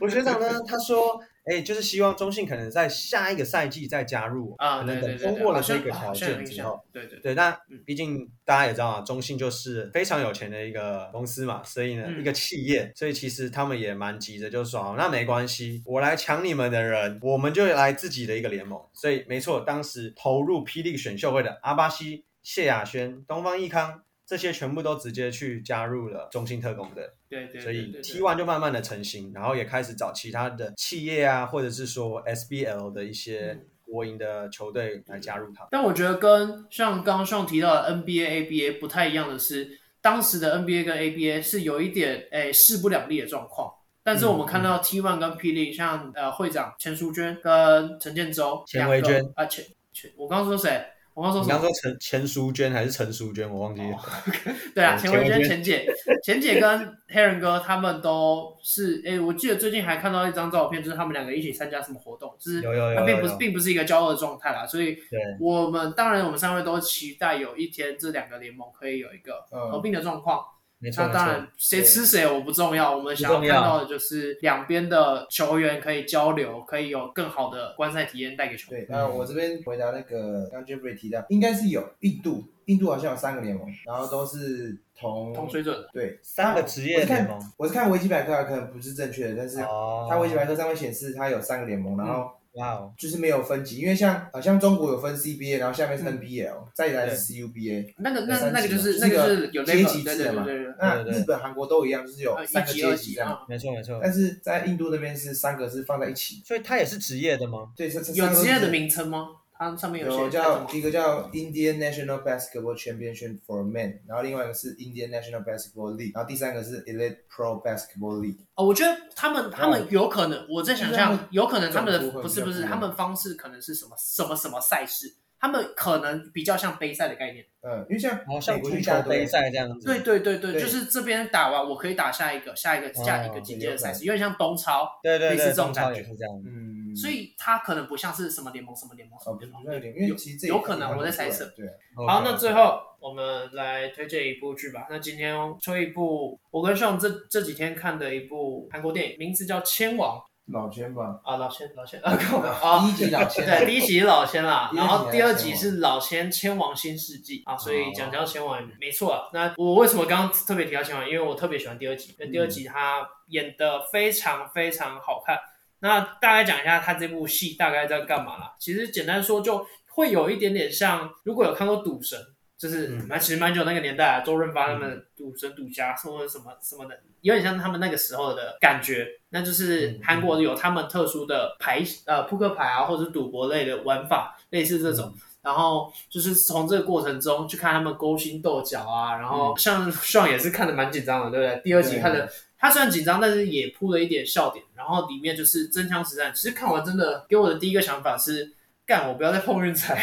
[SPEAKER 2] 我学长呢，他说。哎、哎、就是希望中信可能在下一个赛季再加入，
[SPEAKER 1] 啊，
[SPEAKER 2] 可
[SPEAKER 1] 对
[SPEAKER 2] 能
[SPEAKER 1] 对
[SPEAKER 2] 等
[SPEAKER 1] 对对，
[SPEAKER 2] 通过了
[SPEAKER 1] 好像
[SPEAKER 2] 这个条
[SPEAKER 1] 好像有
[SPEAKER 2] 件
[SPEAKER 1] 印
[SPEAKER 2] 之
[SPEAKER 1] 象
[SPEAKER 2] 后。
[SPEAKER 1] 对对对，
[SPEAKER 2] 对，那
[SPEAKER 1] 嗯
[SPEAKER 2] 毕竟大家也知道啊，中信就是非常有钱的一个公司嘛，所以呢，
[SPEAKER 1] 嗯
[SPEAKER 2] 一个企业，所以其实他们也蛮急着，就是说，哦那没关系，我来抢你们的人，我们就来自己的一个联盟。所以没错，当时投入霹雳选秀会的阿巴西、谢亚轩、东方益康。这些全部都直接去加入了中信特工队，
[SPEAKER 1] 对对，
[SPEAKER 2] 所以 T
[SPEAKER 1] 对
[SPEAKER 2] One 就慢慢的成型，然后也开始找其他的企业啊，或者是说 SBL 的一些
[SPEAKER 1] 嗯
[SPEAKER 2] 国营的球队来加入他们。
[SPEAKER 1] 但我觉得跟像刚刚上提到的 NBA、ABA 不太一样的是，当时的 NBA 跟 ABA 是有一点诶势不两立的状况。但是我们看到
[SPEAKER 2] 嗯
[SPEAKER 1] T One 跟霹雳，像呃会长钱淑娟跟陈建州，
[SPEAKER 2] 钱维娟
[SPEAKER 1] 两个啊钱钱，我刚刚说谁？我刚刚说
[SPEAKER 2] 你
[SPEAKER 1] 什
[SPEAKER 2] 刚
[SPEAKER 1] 么？
[SPEAKER 2] 说陈钱淑娟还是陈淑娟，我忘记了。
[SPEAKER 1] 哦对啊，
[SPEAKER 2] 哦
[SPEAKER 1] 钱维
[SPEAKER 2] 钱
[SPEAKER 1] 娟、
[SPEAKER 2] 维
[SPEAKER 1] 钱姐、钱姐跟黑人哥他们都是诶，我记得最近还看到一张照片，就是他们两个一起参加什么活动，就是
[SPEAKER 2] 有有有
[SPEAKER 1] 它并
[SPEAKER 2] 有
[SPEAKER 1] 不是
[SPEAKER 2] 有，
[SPEAKER 1] 并不是一个骄傲的状态啦，所以
[SPEAKER 2] 对
[SPEAKER 1] 我们当然我们三位都期待有一天这两个联盟可以有一个
[SPEAKER 3] 嗯
[SPEAKER 1] 合并的状况。
[SPEAKER 2] 没错
[SPEAKER 1] 那
[SPEAKER 2] 没
[SPEAKER 1] 当
[SPEAKER 2] 错。
[SPEAKER 1] 然谁吃谁我不重要，我们想要
[SPEAKER 2] 不
[SPEAKER 1] 看
[SPEAKER 2] 重要
[SPEAKER 1] 到的就是两边的球员可以交流，可以有更好的观赛体验带给球
[SPEAKER 3] 对
[SPEAKER 1] 员。，
[SPEAKER 3] 那我这边回答那个刚 Jeffrey 提到，应该是有印度，印度好像有三个联盟，然后都是同
[SPEAKER 1] 同水准的，
[SPEAKER 3] 对
[SPEAKER 2] 三
[SPEAKER 1] 哦
[SPEAKER 2] 个职业联盟
[SPEAKER 3] 我是看维基百科，可能不是正确的，但是
[SPEAKER 1] 啊
[SPEAKER 2] 哦，
[SPEAKER 3] 它维基百科上面显示它有三个联盟，然
[SPEAKER 1] 嗯
[SPEAKER 3] 后
[SPEAKER 2] 哇哦，
[SPEAKER 3] 就是没有分级，因为像好像中国有分 CBA，然后下面
[SPEAKER 1] 嗯
[SPEAKER 3] 是 NBL，再来
[SPEAKER 2] 对
[SPEAKER 3] 是 CUBA，
[SPEAKER 1] 那个那
[SPEAKER 3] 三级
[SPEAKER 1] 那个就是
[SPEAKER 3] 嘛
[SPEAKER 1] 那个就是有
[SPEAKER 3] 是
[SPEAKER 1] level，
[SPEAKER 3] 一个阶级
[SPEAKER 1] 对
[SPEAKER 3] 制
[SPEAKER 1] 对对
[SPEAKER 3] 的嘛
[SPEAKER 1] 对对，
[SPEAKER 3] 那
[SPEAKER 2] 对对
[SPEAKER 3] 日本、韩国都一样，就是有
[SPEAKER 1] 呃
[SPEAKER 3] 三个
[SPEAKER 1] 一级二
[SPEAKER 3] 阶级
[SPEAKER 1] 级
[SPEAKER 3] 这样。
[SPEAKER 1] 啊，
[SPEAKER 2] 没错没错。
[SPEAKER 3] 但是在印度那边是三个是放在一起，
[SPEAKER 2] 所以他也是职业的吗？
[SPEAKER 3] 对，是是
[SPEAKER 1] 有
[SPEAKER 3] 三个
[SPEAKER 1] 职业的
[SPEAKER 3] 是
[SPEAKER 1] 名称吗？它上面
[SPEAKER 3] 有
[SPEAKER 1] 写
[SPEAKER 3] 叫一个叫 Indian National Basketball Championship for Men，然后另外一个是 Indian National Basketball League，然后第三个是 Elite Pro Basketball League。
[SPEAKER 1] 哦，我觉得他们他们有可能，我在想象，有可能他们
[SPEAKER 3] 种
[SPEAKER 1] 的
[SPEAKER 3] 族会
[SPEAKER 1] 不
[SPEAKER 3] 比
[SPEAKER 1] 是
[SPEAKER 3] 较
[SPEAKER 1] 不
[SPEAKER 3] 不
[SPEAKER 1] 是，
[SPEAKER 3] 一样
[SPEAKER 1] 他们方式可能是什么什么什么赛事，他们可能比较像杯赛的概念。
[SPEAKER 3] 嗯，因为像
[SPEAKER 2] 哦，像
[SPEAKER 3] 美国
[SPEAKER 2] 足
[SPEAKER 3] 一
[SPEAKER 2] 球
[SPEAKER 3] 大
[SPEAKER 2] 杯
[SPEAKER 3] 堆，
[SPEAKER 2] 赛这样子。
[SPEAKER 1] 对，对对对，
[SPEAKER 3] 对
[SPEAKER 1] 就是这边打完，我可以打下一个下一个
[SPEAKER 2] 哦
[SPEAKER 1] 下一个进阶的赛事，
[SPEAKER 3] 有
[SPEAKER 1] 有点像东超，
[SPEAKER 2] 对对
[SPEAKER 1] 类似
[SPEAKER 2] 对，
[SPEAKER 1] 这种
[SPEAKER 2] 中超
[SPEAKER 1] 感
[SPEAKER 2] 也
[SPEAKER 1] 觉
[SPEAKER 2] 是这样。
[SPEAKER 3] 嗯，
[SPEAKER 1] 所以它可能不像是什么联盟什么联盟什
[SPEAKER 3] 哦，
[SPEAKER 1] 么
[SPEAKER 3] 不
[SPEAKER 1] 联
[SPEAKER 3] 是
[SPEAKER 1] 盟
[SPEAKER 3] 不。是，因为其实这也
[SPEAKER 1] 有有可能
[SPEAKER 3] 也看不
[SPEAKER 1] 我在
[SPEAKER 3] 出
[SPEAKER 1] 猜
[SPEAKER 3] 来
[SPEAKER 1] 测
[SPEAKER 3] 对啊，
[SPEAKER 1] 好，
[SPEAKER 2] OK，
[SPEAKER 1] 那最后我们来推荐一部剧吧。那今天推一部我跟上这这几天看的一部韩国电影，名字叫《千王
[SPEAKER 3] 老千 吧，》
[SPEAKER 1] 啊，老千老千啊，跟我们啊，
[SPEAKER 3] 第一集老千，
[SPEAKER 1] 对，第一集是老仙啦，
[SPEAKER 3] 第二集
[SPEAKER 1] 然后第二集
[SPEAKER 3] 还
[SPEAKER 1] 是老仙千王新世纪啊，所以讲讲千王也没错啊。那我为什么刚刚特别提到千王？因为我特别喜欢第二集，因为第二集他演的非常非常好看。那大概讲一下他这部戏大概在干嘛啦？其实简单说，就会有一点点像，如果有看过《赌神》，就是
[SPEAKER 2] 嗯
[SPEAKER 1] 蛮、其实蛮久那个年代啊，周润发他们的《赌神》《赌侠》或者什么什么的，有点像他们那个时候的感觉。那就是韩国有他们特殊的牌呃扑克牌啊，或者是赌博类的玩法，类似这种。然后就是从这个过程中去看他们勾心斗角啊，然后像上也是看的蛮紧张的，对不对？呃第二集
[SPEAKER 3] 对
[SPEAKER 1] 看的他虽然紧张，但是也铺了一点笑点。然后里面就是真枪实战，其实看完真的给我的第一个想法是，干我不要再碰运彩。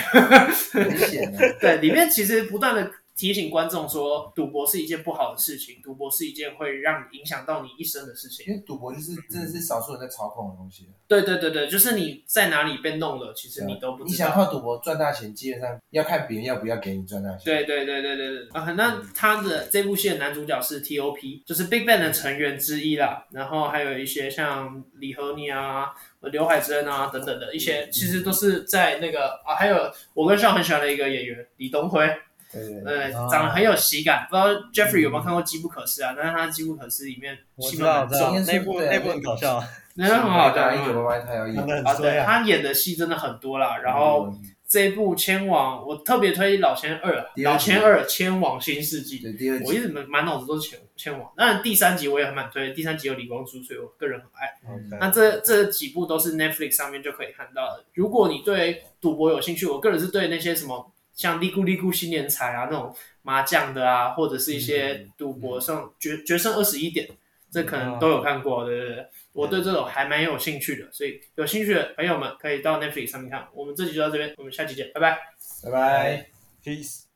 [SPEAKER 3] 很险的，
[SPEAKER 1] 对，里面其实不断的提醒观众说，赌博是一件不好的事情，赌博是一件会让你影响到你一生的事情。
[SPEAKER 3] 因为赌博就是真的是少数人在操控的东西。
[SPEAKER 1] 对对对对，就是你在哪里被弄了，其实
[SPEAKER 3] 对啊
[SPEAKER 1] 你都不
[SPEAKER 3] 你
[SPEAKER 1] 知
[SPEAKER 3] 想
[SPEAKER 1] 道。
[SPEAKER 3] 靠赌博赚大钱，基本上要看别人要不要给你赚大钱。
[SPEAKER 1] 对对对对对对啊！那他的这部戏的男主角是 T.O.P，就是 Big Bang 的成员之一啦。然后还有一些像李和尼啊、刘海之恩啊等等的一些，其实都是在那个啊，还有我跟上很喜欢的一个演员李东辉，
[SPEAKER 3] 对对对，
[SPEAKER 1] 呃，
[SPEAKER 2] 哦
[SPEAKER 1] 长得很有喜感。不知道 Jeffrey
[SPEAKER 3] 嗯
[SPEAKER 1] 有没有看过《机不可失》啊？但是他《机不可失》里面
[SPEAKER 2] 我
[SPEAKER 1] 戏
[SPEAKER 2] 知
[SPEAKER 1] 份蛮
[SPEAKER 2] 道，哦我知道
[SPEAKER 1] 重，
[SPEAKER 3] 今天是
[SPEAKER 2] 那部
[SPEAKER 3] 对
[SPEAKER 2] 那部很搞笑，
[SPEAKER 3] 哎
[SPEAKER 1] 那很好
[SPEAKER 3] 打
[SPEAKER 1] 看
[SPEAKER 3] 一九八八，他要
[SPEAKER 2] 真
[SPEAKER 3] 赢。
[SPEAKER 2] 的很
[SPEAKER 1] 啊。
[SPEAKER 2] 衰
[SPEAKER 1] 对，
[SPEAKER 2] 啊。
[SPEAKER 1] 他演的戏真的很多啦。然
[SPEAKER 3] 嗯
[SPEAKER 1] 后这部《千王》，我特别推《老千二》啊，《
[SPEAKER 3] 第
[SPEAKER 1] 老
[SPEAKER 3] 二集
[SPEAKER 1] 千二》《千王新世纪》。
[SPEAKER 3] 对第二
[SPEAKER 1] 我
[SPEAKER 3] 集
[SPEAKER 1] 一直满满脑子都是千千王，当然第三集我也很蛮推，第三集有李光洙，所以我个人很
[SPEAKER 3] 嗯
[SPEAKER 1] 爱。
[SPEAKER 2] OK
[SPEAKER 1] 那这这几部都是 Netflix 上面就可以看到的。如果你对赌博有兴趣，我个人是对那些什么像利咕利咕新年财啊那种麻将的啊，或者是一些赌博上决决胜二十一点，这可能都有看过，对对对。我对这种还蛮有兴趣的，所以有兴趣的朋友们可以到 Netflix 上面看。我们这集就到这边，我们下期见，拜拜。
[SPEAKER 3] 拜拜。
[SPEAKER 2] Peace。